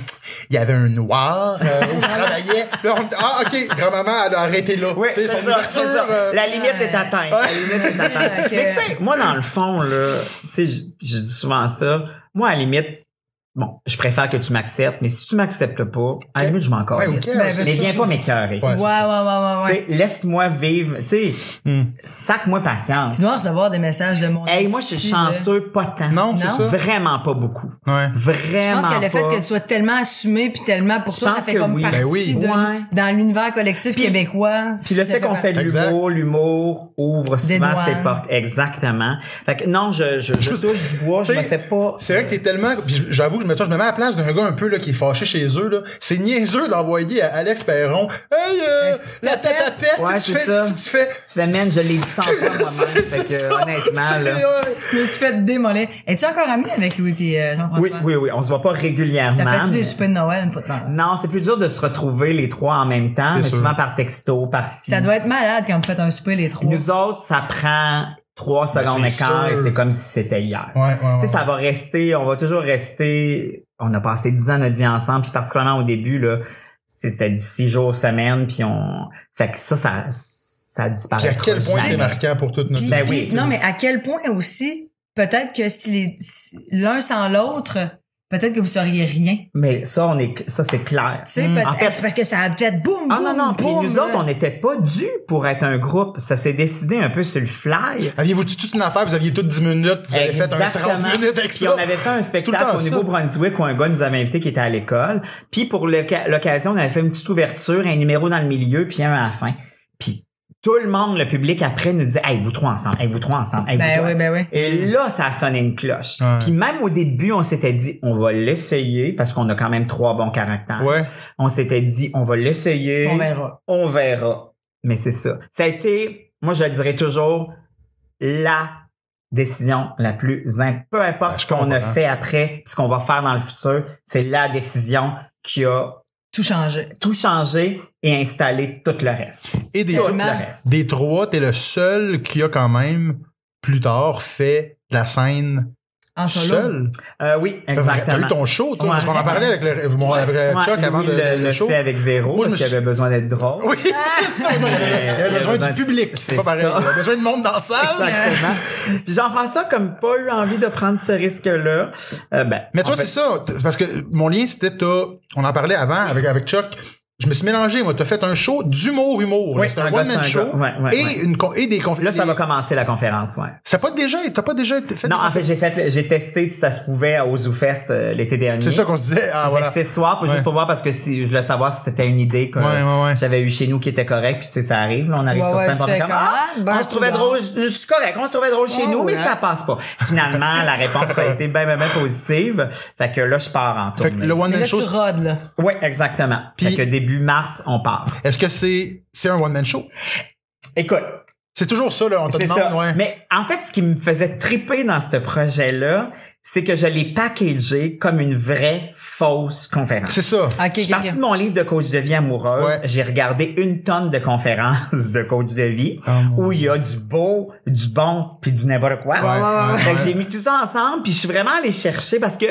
il y avait un noir, euh, où je travaillais, là, on, ah, ok, grand-maman, elle a arrêté là, Oui, Tu sais, c'est son ça, c'est ouverture, ça. euh, La limite est atteinte. La limite est atteinte. Ok. Mais tu sais, moi, dans le fond, là, tu sais, je je dis souvent ça. Moi, à la limite, bon, je préfère que tu m'acceptes, mais si tu m'acceptes pas, à la limite, je m'en Ouais, calisse. ok, Ben, ben, Mais c'est viens ça. pas m'écœurer. Ouais, Ouais, ouais, ouais, ouais, ouais. Tu sais, Laisse-moi vivre. Tu sais, Hmm. sac-moi patience. Tu dois recevoir des messages de mon. Hey, moi, je suis style. chanceux, pas tant. hein? Non, c'est Non. ça. Vraiment pas beaucoup. Ouais. Je Vraiment pense que le pas. fait que tu sois tellement assumé puis tellement pour Je toi, ça pense fait que comme oui. partie Ben oui. de- Ouais. dans l'univers collectif québécois. Puis le fait qu'on fait de Exact. l'humour, l'humour ouvre Des souvent douanes. ses portes. Exactement. Fait que non, je, je, je touche du bois, je Tu me sais, fais pas. C'est vrai que t'es tellement. puis J'avoue, je me, je me mets à la place d'un gars un peu là, qui est fâché chez eux. là. C'est niaiseux d'envoyer à Alex Perron Hey, euh, Est-ce la tête à pète, Ouais, tu, te c'est fais, ça. tu te fais. Tu fais, man, je l'ai dit sans fois moi-même. fait C'est que, ça, honnêtement, c'est- là. ouais. Je me suis fait démolir. Es-tu encore ami avec Louis puis euh, Jean-François? Oui, oui, oui, on se voit pas régulièrement. Ça fait-tu mais- des soupers de Noël une fois de temps? Non, c'est plus dur de se retrouver les trois en même temps, C'est mais sûr. souvent par texto, par Ça doit être malade quand vous faites un souper les trois. Nous autres, ça prend trois secondes Ben, c'est et quart et sûr. c'est comme si c'était hier. Ouais, ouais, ouais. Tu sais, ça va rester, on va toujours rester. On a passé dix ans de notre vie ensemble, puis particulièrement au début, là, c'est- c'était du six jours semaine, puis on. Fait que ça, ça, ça disparaît. Puis à quel point c'est marquant pour toute notre Puis- vie. Ben puis- oui. Non, mais à quel point aussi, peut-être que si les si l'un sans l'autre, peut-être que vous seriez rien. Mais ça, on est, ça, c'est clair. Tu sais, Hmm. Mm. peut-être En fait- c'est parce que ça a fait boum, boum, Ah non, non, puis boum, nous autres, là. on n'était pas dû pour être un groupe. Ça s'est décidé un peu sur le fly. Aviez-vous toute une affaire, vous aviez toutes 10 minutes, vous avez fait un 30 minutes avec Puis ça. on avait fait un tout le temps spectacle au ça. Nouveau-Brunswick où un gars nous avait invité qui était à l'école. Puis pour l'oca- l'occasion, on avait fait une petite ouverture, un numéro dans le milieu, puis un à la fin. Puis tout le monde, le public après, nous disait Hey, vous trois ensemble, hey, vous trois ensemble, hey, vous Ben trois. oui, ben oui. Et là, ça a sonné une cloche. Ouais. Puis même au début, on s'était dit, on va l'essayer parce qu'on a quand même trois bons caractères. Ouais. On s'était dit, on va l'essayer On verra. on verra. Mais c'est ça. Ça a été, moi je le dirais toujours, la décision la plus importante. Peu importe Ben, je ce qu'on a comprends. fait après, ce qu'on va faire dans le futur, c'est la décision qui a Tout changé. tout changé et installé tout le reste. Et des, Tout Tellement. le reste. des trois, t'es le seul qui a quand même, plus tard, fait la scène En solo. seul. Euh, oui, T'as eu exactement. ton show, tu sais, Ouais. parce qu'on en parlait avec, le, mon- avec Ouais, Chuck avant Louis de, le, le le show. fait avec Véro Moi, parce je me qu'il suis- avait besoin d'être drôle. Oui, c'est ça. Il avait besoin du public. C'est pas pareil. ça. Il avait besoin de monde dans la salle. Exactement. Puis Jean-François, comme pas eu envie de prendre ce risque-là, euh, ben. Mais toi, en fait, c'est ça. t- Parce que mon lien, c'était t'as- On en parlait avant avec, avec Chuck. Je me suis mélangé, moi. T'as fait un show d'humour-humour. Oui, C'était un un gars, one-man c'est un show. gars. Ouais, ouais, et, ouais. Une, con- et des conflits. Là, ça va commencer la conférence, ouais. Ça pas déjà, t'as pas déjà été fait. Non, des en conférences? fait, j'ai fait, j'ai testé si ça se pouvait au ZooFest euh, l'été dernier. C'est ça qu'on se disait. Ah, voilà. C'est soir, pour, Ouais. juste pour voir, parce que si, je voulais savoir si c'était une idée que Ouais, ouais, ouais. j'avais eu chez nous qui était correcte, puis tu sais, ça arrive, là, on arrive Ouais, sur ouais, scène, tu on fait fais comme, comme, ah, ah, ben, on se trouvait tout drôle, c'est correct, on se trouvait drôle chez Ouais, nous, mais ouais. ça passe pas. Finalement, la réponse a été bien, bien, bien positive. Fait que là, je pars en Fait que tournée. le Mais là, one-man tu show. rodes, là. Oui, exactement. Puis- Fait que début mars, on part. Est-ce que c'est, c'est un one-man show? Écoute, C'est toujours ça, là. On te C'est demande, ça. ouais. Mais en fait, ce qui me faisait triper dans ce projet-là, c'est que je l'ai packagé comme une vraie fausse conférence. C'est ça. OK, Je suis OK, partie OK. de mon livre de coach de vie amoureuse. Ouais. J'ai regardé une tonne de conférences de coach de vie Oh, mon où il y a du beau, du bon, puis du n'importe quoi. Ouais, ouais, ouais, Fait que ouais. j'ai mis tout ça ensemble, puis je suis vraiment allée chercher parce que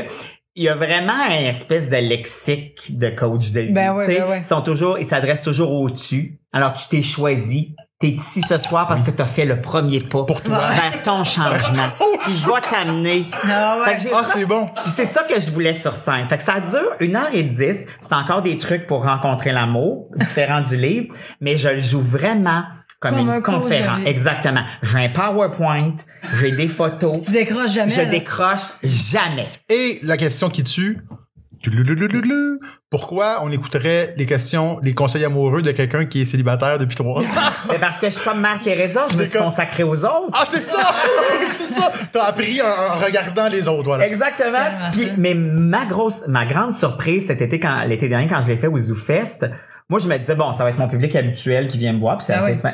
il y a vraiment une espèce de lexique de coach de vie. Ben ouais, tu sais. ben ouais. Ils sont toujours, ils s'adressent toujours au tu. Alors tu t'es choisi. T'es ici ce soir parce que t'as fait le premier pas Pour toi. vers ton changement. Il va t'amener. Ah ouais. Fait que j'ai- Ah, c'est bon. puis c'est ça que je voulais sur scène. Fait que ça dure une heure et dix. C'est encore des trucs pour rencontrer l'amour, différent du livre, mais je le joue vraiment comme, Comme un une cours de conférence. vie. Exactement. J'ai un PowerPoint, j'ai des photos. Tu décroches jamais. Je là. décroche jamais. Et la question qui tue. Touloulouloulou. Pourquoi on écouterait les questions, les conseils amoureux de quelqu'un qui est célibataire depuis trois ans? Mais parce que je suis comme Mère Teresa, je me suis D'accord. consacrée aux autres. Ah, c'est ça! c'est ça! T'as appris en, en regardant les autres, voilà. Exactement. C'est Puis, tellement ça. mais ma grosse, ma grande surprise cet été, quand l'été dernier, quand je l'ai fait au ZooFest, moi je me disais bon, ça va être mon public habituel qui vient me voir. Puis ça Ah a oui. été-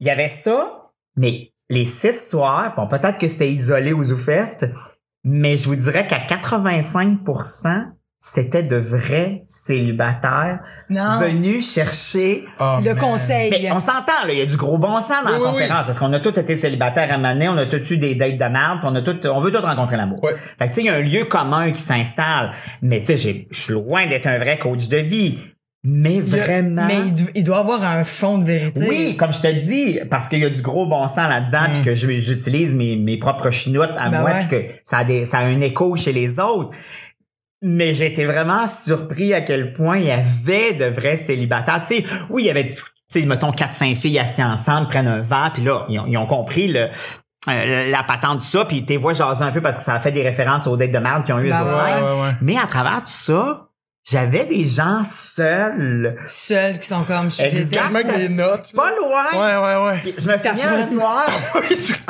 Il y avait ça, mais les six soirs, bon peut-être que c'était isolé au ZooFest, mais je vous dirais qu'à 85%, c'était de vrais célibataires Non. venus chercher Ah, Le man. conseil. Mais on s'entend, là, il y a du gros bon sens dans Oui, la oui, conférence, parce qu'on a tous été célibataires à Manet, on a tous eu des dates de merde, puis on a tous, on veut tous rencontrer l'amour. Ouais. Fait que, tu sais, il y a un lieu commun qui s'installe, mais tu sais, j'ai- je suis loin d'être un vrai coach de vie, mais Il y a- vraiment. Mais il, dev- il doit avoir un fond de vérité. Oui, comme je te dis, parce qu'il y a du gros bon sens là-dedans, puis que je- j'utilise mes, mes propres chinottes à Hmm. Ben moi, ouais. puis que ça a, des, ça a un écho chez les autres. Mais j'ai été vraiment surpris à quel point il y avait de vrais célibataires. Tu sais, oui, il y avait, tu sais, mettons, 4-5 filles assises ensemble, prennent un verre, puis là, ils ont, ils ont compris le... euh, la patente de ça, puis t'es vois jaser un peu parce que ça a fait des références aux dates de merde qui ont eu Ben eux autres. Ouais, ouais, ouais. Mais à travers tout ça, j'avais des gens seuls, Seuls qui sont comme je suis Exact. désolée. Quasiment que des notes. pas loin, Ouais, ouais, ouais. puis je me souviens un Dictaphone. soir,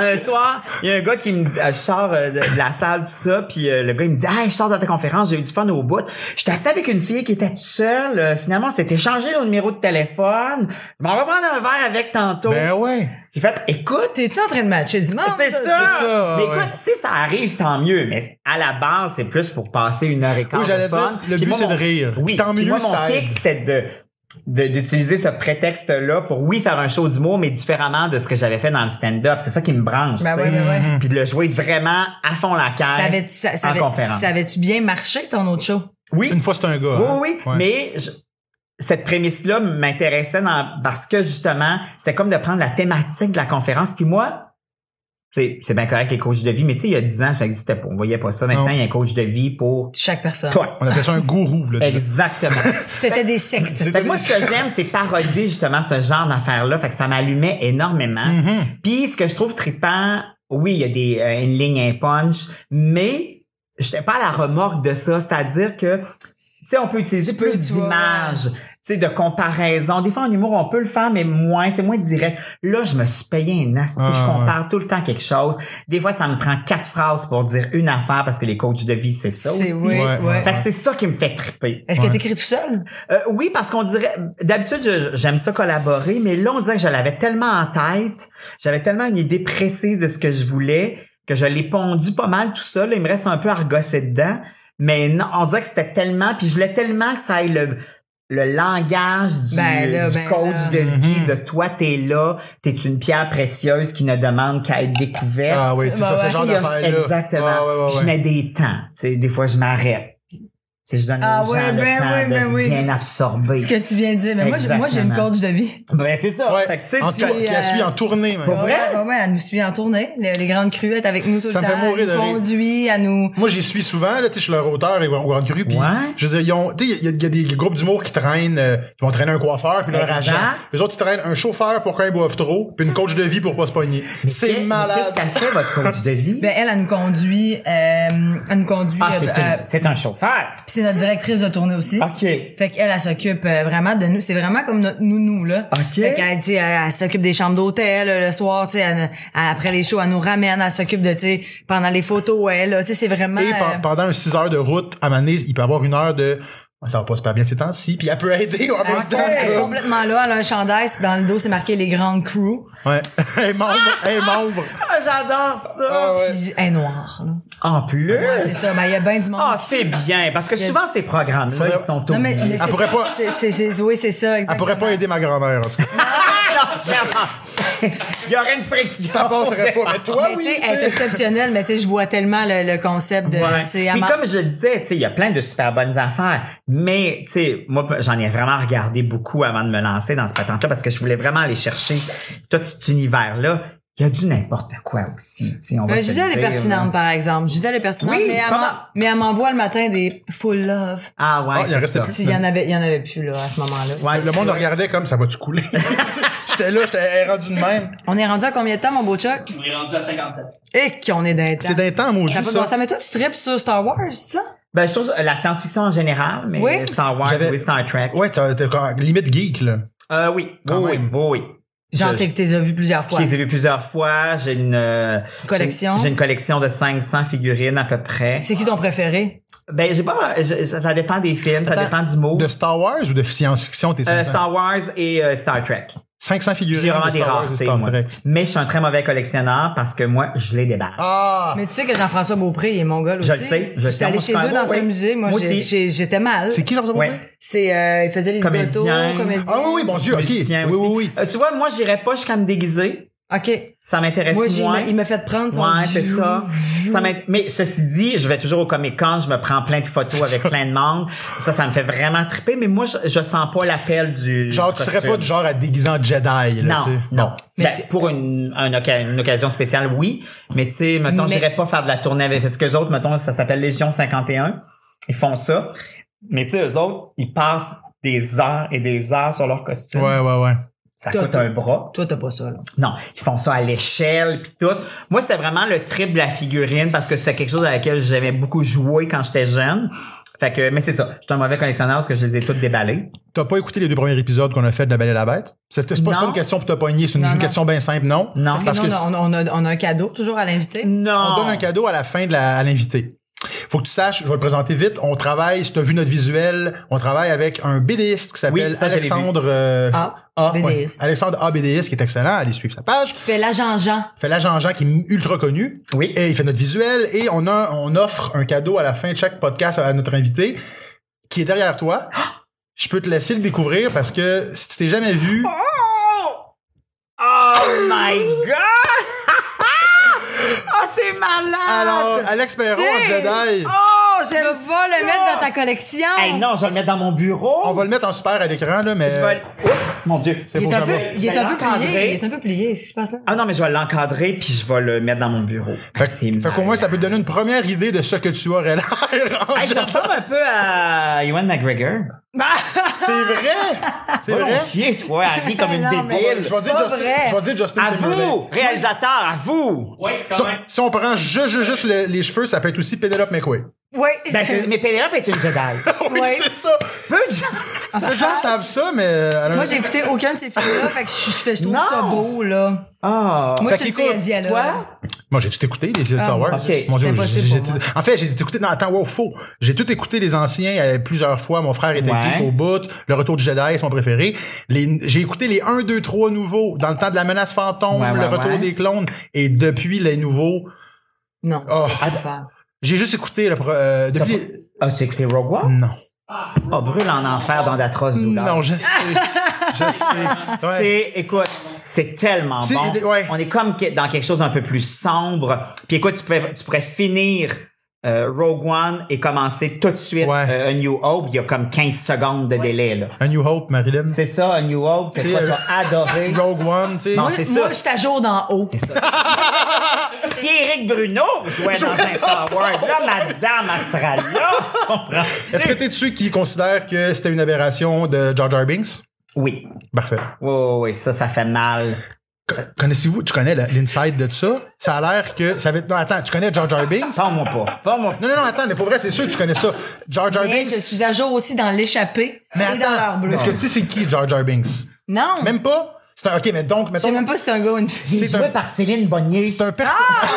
un soir, il y a un gars qui me dit, euh, je sors euh, de, de la salle, tout ça, puis euh, le gars il me dit, hey, je sors de ta conférence, j'ai eu du fun au bout. J'étais assis avec une fille qui était toute seule, euh, finalement, on s'est échangé nos numéros de téléphone. Je m'en vais prendre un verre avec tantôt. Ben ouais. J'ai fait, écoute, T'es-tu en train de matcher du monde? c'est ça. ça, Mais ouais. écoute, si ça arrive, tant mieux. Mais à la base, c'est plus pour passer une heure et quart. Oui, j'allais de fun. dire, le Puis but, moi, c'est de mon- rire. Puis Oui, tant puis mieux, moi, mon ça aide. kick, c'était de de- d'utiliser ce prétexte-là pour oui faire un show d'humour mais différemment de ce que j'avais fait dans le stand-up c'est ça qui me branche Ben tu ouais, sais. ben Mhm. ouais. puis de le jouer vraiment à fond la caisse Ça avait, ça, ça en avait- conférence ça avait-tu bien marché ton autre show? oui Une fois, c'est un gars. oui hein. oui, oui. Ouais. mais je- cette prémisse-là m'intéressait dans- parce que justement c'était comme de prendre la thématique de la conférence puis moi c'est c'est bien correct les coachs de vie mais tu sais il y a 10 ans ça n'existait pas on voyait pas ça maintenant Non. il y a un coach de vie pour Chaque personne. toi On appelle ça un gourou, là. exactement C'était des sectes. C'est- Fait que moi, ce que j'aime, c'est parodier justement ce genre d'affaires-là. Fait que ça m'allumait énormément. Mm-hmm. Puis ce que je trouve trippant, oui, il y a des, euh, une ligne, un punch, mais j'étais pas à la remorque de ça. C'est-à-dire que, tu sais, on peut utiliser Tu peux, plus tu vois. d'images, tu sais, de comparaison. Des fois, en humour, on peut le faire, mais moins, c'est moins direct. Là, je me suis payé un asti. Ah, je compare tout le temps quelque chose. Des fois, ça me prend quatre phrases pour dire une affaire parce que les coachs de vie, c'est ça aussi. C'est oui, Ouais, ouais. ouais. Fait que c'est ça qui me fait tripper. Est-ce que Ouais. t'écris tout seul? Euh, oui, parce qu'on dirait, d'habitude, je- j'aime ça collaborer, mais là, on dirait que je l'avais tellement en tête, j'avais tellement une idée précise de ce que je voulais, que je l'ai pondu pas mal tout seul. Il me reste un peu à regosser dedans. Mais non, on dirait que c'était tellement, puis je voulais tellement que ça aille le, le langage du, Ben là, du ben coach là. de vie, Mhm. de toi, t'es là, t'es une pierre précieuse qui ne demande qu'à être découverte. Ah oui, c'est Bah ça, ce ouais. genre Il y a- d'affaire-là. Exactement. Ah, ouais, ouais, Je ouais. mets des temps. Tu sais, des fois, je m'arrête. Tu sais, je donne Ah aux gens ouais, le ben temps oui, de ben se oui. bien absorber. Ce que tu viens de dire. Mais moi, j'ai- moi, j'ai une Exactement. coach de vie. Ben, c'est ça. Ouais. Fait que, tu sais, En tu euh, tour- connais- qui la suit en tournée, man. Pour vrai? Ouais, ouais, ouais, elle nous suit en tournée. Les, les grandes crues, elle est avec nous tout Ça le me temps. fait mourir elle nous de rire. conduit, elle nous... Moi, j'y suis souvent, là, tu sais, je suis leur auteur et ou en grue, puis Ouais. je veux dire, ils ont, tu sais, il y, a- il y a des groupes d'humour qui traînent, euh, qui vont traîner un coiffeur, puis leur Exact. agent. Les autres, ils traînent un chauffeur pour quand ils boivent trop, puis une coach de vie pour pas se pogner. Mais C'est malade. Qu'est-ce qu'elle fait, votre coach de vie? Ben, elle, elle nous conduit... euh, elle nous conduit... ah, euh, c'est, euh, une- c'est un chauffeur. Puis c'est notre directrice de tournée aussi. OK. Fait qu'elle, elle s'occupe euh, vraiment de nous. C'est vraiment comme notre nounou, là. OK. Fait qu'elle, tu sais, elle, elle s'occupe des chambres d'hôtel euh, le soir, tu sais, elle- elle- après les shows, elle nous ramène, elle s'occupe de, tu sais, pendant les photos, elle, là, tu sais, c'est vraiment... Et euh, pe- pendant 6 heures de route, à Mané, il peut avoir une heure de, Ah, ça va pas super bien ces temps-ci, puis elle peut aider en même euh, elle est temps. comme- complètement là, elle a un chandail, c'est dans le dos, c'est marqué les grandes crews, Ouais. Elle est membre, elle est membre. Ah, j'adore ça. Ah, ouais. puis elle est noire, là. En plus. Ouais, c'est ça, ben il y a bien du monde. Ah, c'est bien. Parce que Il y a- souvent, ces programmes-là, Faudrait- ils sont au non, mais, mais c'est- pourrait pas- c'est- c'est- c'est- oui, c'est ça, Elle exactement. pourrait pas aider ma grand-mère, en tout cas. Ah, Il y aurait une friction. Ça passerait pas. Mais toi, mais tu Ah oui. sais, tu elle est sais. exceptionnelle, mais tu sais, je vois tellement le, le concept de, Ouais. euh, tu sais, Puis Amar- comme je le disais, tu sais, il y a plein de super bonnes affaires, mais tu sais, moi j'en ai vraiment regardé beaucoup avant de me lancer dans ce patente-là parce que je voulais vraiment aller chercher tout cet univers-là. Il y a du n'importe quoi aussi. tu sais, On va Euh, se le Gisèle est dire, pertinente, là. par exemple. Gisèle est pertinente, Oui, mais, elle comment- m'en- mais elle m'envoie le matin des full love. Ah ouais, Ah, il en c'est restait ça. plus. Tu sais, Il y en avait, il y en avait plus, là, à ce moment-là. Ouais, Le monde c'est- le regardait comme ça va-tu couler? j'étais là, j'étais elle est rendue de même. On est rendu à combien de temps, mon beau Chuck? On est rendu à 57. Et qu'on est d'un temps. C'est d'un temps, maudit, Ça ça. a pas de bon sens. Mais toi, tu tripes sur Star Wars, c'est ça? Ben, je trouve ça- la science-fiction en général, mais Oui. Star Wars, J'avais- oui, Star Trek. Ouais, t'as, t'as quand- limite geek, là. Euh, oui, Quand oui, même. oui, oui. Genre, Je- t'es- t'es as vu plusieurs fois. Je les ai vus plusieurs fois. J'ai une euh, Collection. J'ai j'ai une collection de 500 figurines à peu près. C'est qui ton préféré? Ben j'ai pas. je- ça, ça dépend des films, ça Attends, dépend du mot. De Star Wars ou de science-fiction, t'es Euh, 500? Star Wars et euh, Star Trek. 500 J'ai figurines vraiment de des Star Wars et raretés, Star moi. Trek. Mais je suis un très mauvais collectionneur parce que moi, je les débarque. Ah! Mais tu sais que Jean-François Beaupré, il est mongol aussi. Je le sais, je Je le suis sais, allé moi, chez je suis eux un dans bon, un oui. musée. Moi, Moi j'ai- aussi. j'ai- j'étais mal. C'est qui, leur Ouais. C'est, euh, il faisait les Comédien. photos, comédien. Ah oui, bon Dieu, ok. Oui, Musicien oui, aussi. oui. Euh, tu vois, moi, j'irais pas jusqu'à me déguiser. OK. Ça m'intéresse Moi, j'ai- moins. il m'a fait prendre son Ouais, c'est vieux- ça. vieux- ça m'int- mais ceci dit, je vais toujours au Comic Con, je me prends plein de photos avec plein de monde. Ça, ça me fait vraiment triper, mais moi, je, je sens pas l'appel du. Genre, du tu serais costume. pas du genre à te déguiser en Jedi, là, Non, tu sais. non. Mais Ben, est-ce que- pour une, un oca- une occasion spéciale, oui. Mais tu sais, mettons, Mais- j'irais pas faire de la tournée avec, parce que les autres, mettons, ça s'appelle Légion 51. Ils font ça. Mais tu sais, eux autres, ils passent des heures et des heures sur leur costume. Ouais, ouais, ouais. Ça Toi, coûte toi. un bras. Toi, t'as pas ça, là. Non, ils font ça à l'échelle puis tout. Moi, c'était vraiment le trip de la figurine parce que c'était quelque chose à laquelle j'aimais beaucoup jouer quand j'étais jeune. Fait que, mais c'est ça. J'étais un mauvais collectionneur parce que je les ai toutes déballées. T'as pas écouté les deux premiers épisodes qu'on a fait de La Belle et la Bête? C'était c'est pas, c'est pas Non. une question pour te poigner, c'est une, Non, une non. question bien simple, non? Non. C'est Ah. Parce parce non, que non, on, on a, on a un cadeau toujours à l'invité. Non. On donne un cadeau à la fin de la, à l'invité. Faut que tu saches, je vais le présenter vite. On travaille, si t'as vu notre visuel, on travaille avec un BDiste qui s'appelle Oui, ça, je l'ai vu. Alexandre euh, Ah, ouais. BDiste. Alexandre A. BDiste qui est excellent. Allez suivre sa page. Fait l'agent Jean. Fait l'agent Jean qui est ultra connu. Oui. Et il fait notre visuel et on a, on offre un cadeau à la fin de chaque podcast à notre invité qui est derrière toi. Je peux te laisser le découvrir parce que si tu t'es jamais vu, Ah! Oh my god! oh, c'est malade! alors Alex Perron en C'est- Jedi, Oh, Tu vas j'aime le mettre dans ta collection. Hey, non, je vais le mettre dans mon bureau. on va le mettre en super à l'écran là, mais Je vais le- Oups, mon Dieu. c'est il beau est un ça peu, va. il est Ben, un peu plié. l'encadrer. Il est un peu plié. Qu'est-ce qui se passe là? Ah non, mais je vais l'encadrer puis je vais le mettre dans mon bureau. Fait, C'est fait qu'au moins, malade. ça peut te donner une première idée de ce que tu aurais l'air. en Hey, je Jedi. ressemble un peu à Ewan McGregor. Bah, c'est vrai! C'est Va vrai? donc chier, toi, elle rit comme une Non, mais- débile. Je vais dire pas Justin, vrai. je vais dire Justin À Timberlake. vous, réalisateur, à vous. Oui, Si, quand même. si on prend juste, juste, juste le- les cheveux, ça peut être aussi Penelope McQuay. Oui. Ben, c'est- mais Pénélope est une Jedi. Oui, Ouais. c'est ça. Peu de gens. Peu de gens savent ça, mais... euh, elle a- Moi, j'ai écouté aucun de ces films-là, fait que je, je fais, je trouve Non. ça beau, là. Ah. Moi, Fait je suis une qu'écoute, fille à dialogue. Toi? Moi, j'ai tout écouté, les Star Wars. ok. C'est Mon Dieu, impossible j'ai- j'ai pour tout- moi. En fait, j'ai tout écouté... Non, attends, wow, faux. J'ai tout écouté les anciens euh, plusieurs fois. Mon frère était Ouais. geek au bout. Le Retour du Jedi, c'est mon préféré. Les- J'ai écouté les 1, 2, 3 nouveaux. Dans le temps de la menace fantôme, Ouais, ouais, le Retour ouais. des clones. Et depuis, les nouveaux... Non. Oh, je peux le faire. J'ai juste écouté le pro- euh, depuis. As-tu écouté Rogue One? Non. Oh, brûle en enfer dans d'atroces douleurs. Non, je sais. je sais. Ouais. C'est, écoute, c'est tellement C'est- bon. ouais. On est comme que- dans quelque chose d'un peu plus sombre. Puis écoute, tu pourrais, tu pourrais finir euh, Rogue One et commencer tout de suite Ouais. euh, A New Hope. Il y a comme 15 secondes de délai, là. A New Hope, Marilyn. C'est ça, A New Hope, que C'est, toi, euh, t'as adoré. Rogue One, tu sais. Non, Moi, c'est moi, ça. je suis à jour d'en haut. Si Eric Bruno jouait dans un Star Wars, là, madame, elle sera là. Comprends-tu? Est-ce que t'es de ceux qui considèrent que c'était une aberration de Jar Jar Binks? Oui. Parfait. Oui, oui, oui, ça, ça fait mal. Co- Connaissez-vous, tu connais la- l'inside de ça? Ça a l'air que ça avait, non, attends, tu connais Jar Jar Binks? Parle-moi pas. Parle-moi pas. Non, non, non, attends, mais pour vrai, c'est sûr que tu connais ça. Jar Jar Mais Binks. je suis à jour aussi dans l'échappée et Mais dans l'heure attends, bleue. est-ce que tu sais c'est qui Jar Jar Binks? Non. Même pas? C'est un, ok, mais donc, Je sais mettons, même pas Ah! si c'est un gars ou une fille. C'est c'est joué un, par Céline Bonnier. c'est un personnage.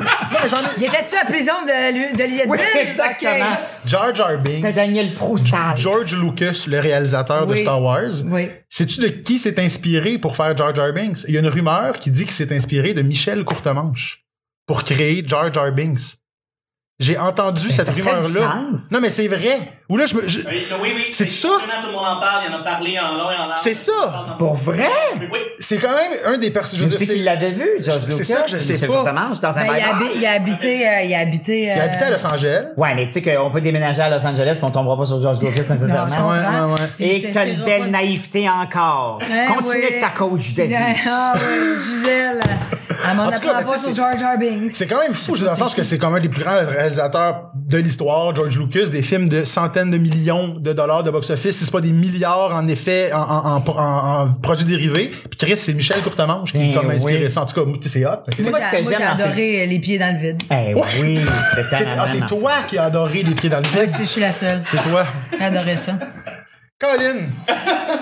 non, mais j'en ai, Il était-tu à prison de, Lu- de Lietteville? Oui, exactement. Ok. Jar Jar Binks. C'est Daniel Proussal. George Lucas, le réalisateur de Oui. Star Wars. Oui. Sais-tu de qui s'est inspiré pour faire Jar Jar Binks? Il y a une rumeur qui dit qu'il s'est inspiré de Michel Courtemanche pour créer Jar Jar Binks. J'ai entendu cette ça ferait du rumeur-là. sens. Non, mais c'est vrai. Ou là, je me. je- Oui, oui, oui. C'est ça? Maintenant, tout le monde en parle. Il en a parlé en long et en large. C'est ça? On parle dans Pour ça. vrai? Oui. C'est quand même un des personnages. Je sais qu'il l'avait vu, George Lucas. C'est ça que je sais Michel pas. Courtemanche, dans un Ben, il, background. habi- il a habité, euh, il a habité, Il euh, habitait à Los Angeles. Ouais, mais tu sais qu'on peut déménager à Los Angeles qu'on tombera pas sur George Lucas Non, je nécessairement. comprends. Ouais, ouais, ouais. Il Et que t'as une s'inspirera belle pas de- naïveté encore. Eh Continue oui. avec ta coach de Ah oui, Gisèle. Elle m'en En tout apprend pas cas, tu sur sais, c'est- George R. Binks. C'est quand même fou, je veux dire, dans le sens que c'est quand même un des plus grands réalisateurs de l'histoire, George Lucas, des films de centaines de millions de dollars de box-office, si c'est pas des milliards en effet, en, en, en, en- en produits dérivés. Puis Chris, c'est Michel Courtemanche qui Eh est comme inspiré oui. ça. En tout cas, moi, tu sais, c'est hot. mais- Moi, Moi, ce j'ai que moi, j'ai j'aime dans adoré euh, Les pieds dans le vide. Eh oui, C'est- c'est ah, c'est toi qui as adoré les pieds dans le Ouais, vide. c'est- je suis la seule. C'est toi. J'ai adoré ça. Colin!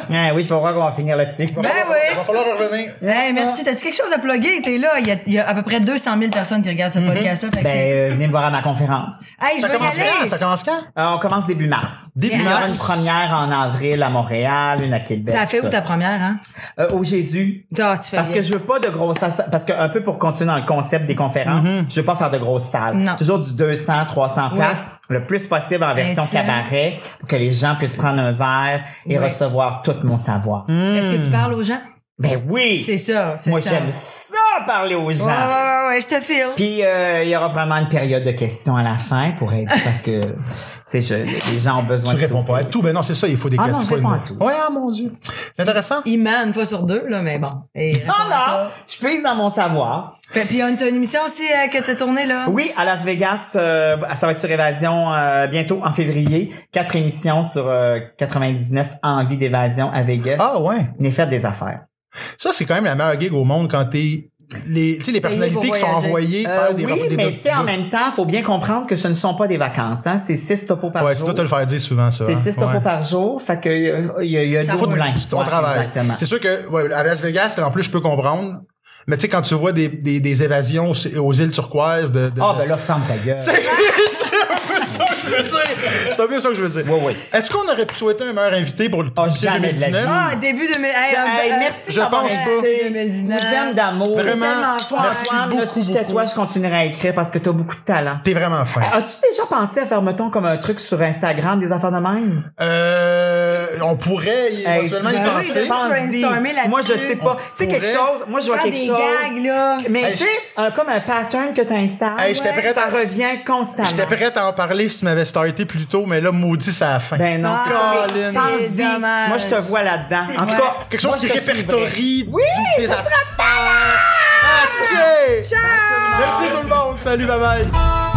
Eh oui, je peux voir qu'on va finir là-dessus. va Ben falloir- oui. Va falloir revenir. Hey, merci. T'as-tu quelque chose à plugger? T'es là. Il y, a, il y a à peu près 200 000 personnes qui regardent ce podcast-là. Fait que c'est- Ben, euh, venez me voir à ma conférence. hey, je Ça vais y commence quand? aller. Ça commence quand? Euh, on commence début mars. Début Il y aura mars. une première en avril à Montréal, une à Québec. T'as fait où ta première, hein? Euh, au Jésus. Ah, tu fais Parce bien. que je veux pas de grosses salles. Parce que un peu pour continuer dans le concept des conférences, je veux pas faire de grosses salles. Mm-hmm. Non. Toujours du 200, 300 Ouais. places, le plus possible en version Intime. cabaret, pour que les gens puissent prendre un verre et Ouais. recevoir tout mon savoir. Est-ce que tu parles aux gens? Ben oui. C'est ça. c'est Moi ça. j'aime ça parler aux gens. Ouais, ouais, ouais, ouais, je te file. Puis euh, il y aura vraiment une période de questions à la fin pour être parce que tu sais je- les gens ont besoin Tu de réponds pas à s'ouvrir. tout. Ben non, c'est ça, il faut des Ah non, questions. je réponds à tout. Ouais, ah, mon Dieu. C'est intéressant. Il ment une fois sur deux, là, mais bon. Et Oh Non non, je pisse dans mon savoir. Fait, puis on a une émission aussi euh, que t'as tournée, là. Ah. Oui, à Las Vegas, euh, ça va être sur Évasion euh, bientôt en février. Quatre émissions sur euh, 99 Envie d'évasion à Vegas. Ah ouais. Venez faire des affaires. Ça, c'est quand même la meilleure gig au monde quand t'es. Les, tu sais, les personnalités pour qui sont voyager. envoyées Euh, faire des oui, des- mais des- tu sais, en même temps, faut bien comprendre que ce ne sont pas des vacances. Hein? C'est six topos par Ouais, tu jour. dois te le faire dire souvent, ça. C'est six hein. topos Ouais. par jour. Fait que euh, il y a, il y a Ça de l'eau roule. de lin. C'est ton Ouais, travail. Exactement. C'est sûr que ouais, à Las Vegas, en plus, je peux comprendre. Mais tu sais, quand tu vois des, des, des évasions aux, aux îles turquoises de. de- Ah de- ben là, ferme ta gueule. c'est un peu ça que je veux dire. C'est un peu ça que je veux dire. Ouais, ouais. Est-ce qu'on aurait pu souhaiter un meilleur invité pour le Ah, public jamais de la vie. Ah, début de... mes- Hey, Hey, euh, euh, merci je d'avoir pense été. pas. 2019. Je vous aime d'amour. Vraiment, Tellement fort, merci Antoine. Là, beaucoup, si j'étais beaucoup. toi, je continuerais à écrire parce que t'as beaucoup de talent. T'es vraiment fin. Euh, As-tu déjà pensé à faire, mettons, comme un truc sur Instagram, des affaires de même? Euh, on pourrait y- Hey, éventuellement y ben oui, penser. ben- Pense-y. brainstormer là-dessus. Moi, je sais pas. Tu sais, pourrait quelque chose, moi, je vois Faire quelque des chose. gags, là. Mais Hey, tu sais, un- comme un pattern que t'installes. Hey, j'étais prête Ça à- revient constamment. J'étais prête à en parler si tu m'avais starté plus tôt, mais là, maudit, ça a fin. Ben non, c'est Ah, ça, mais Colin. sans-y. C'est dommage. Moi, je te vois là-dedans. En tout cas, Quelque chose moi, je qui te suivrai. répertorie. Oui, du- des ça affaires. Ah, OK! Ciao! Merci tout le monde. Salut, bye bye.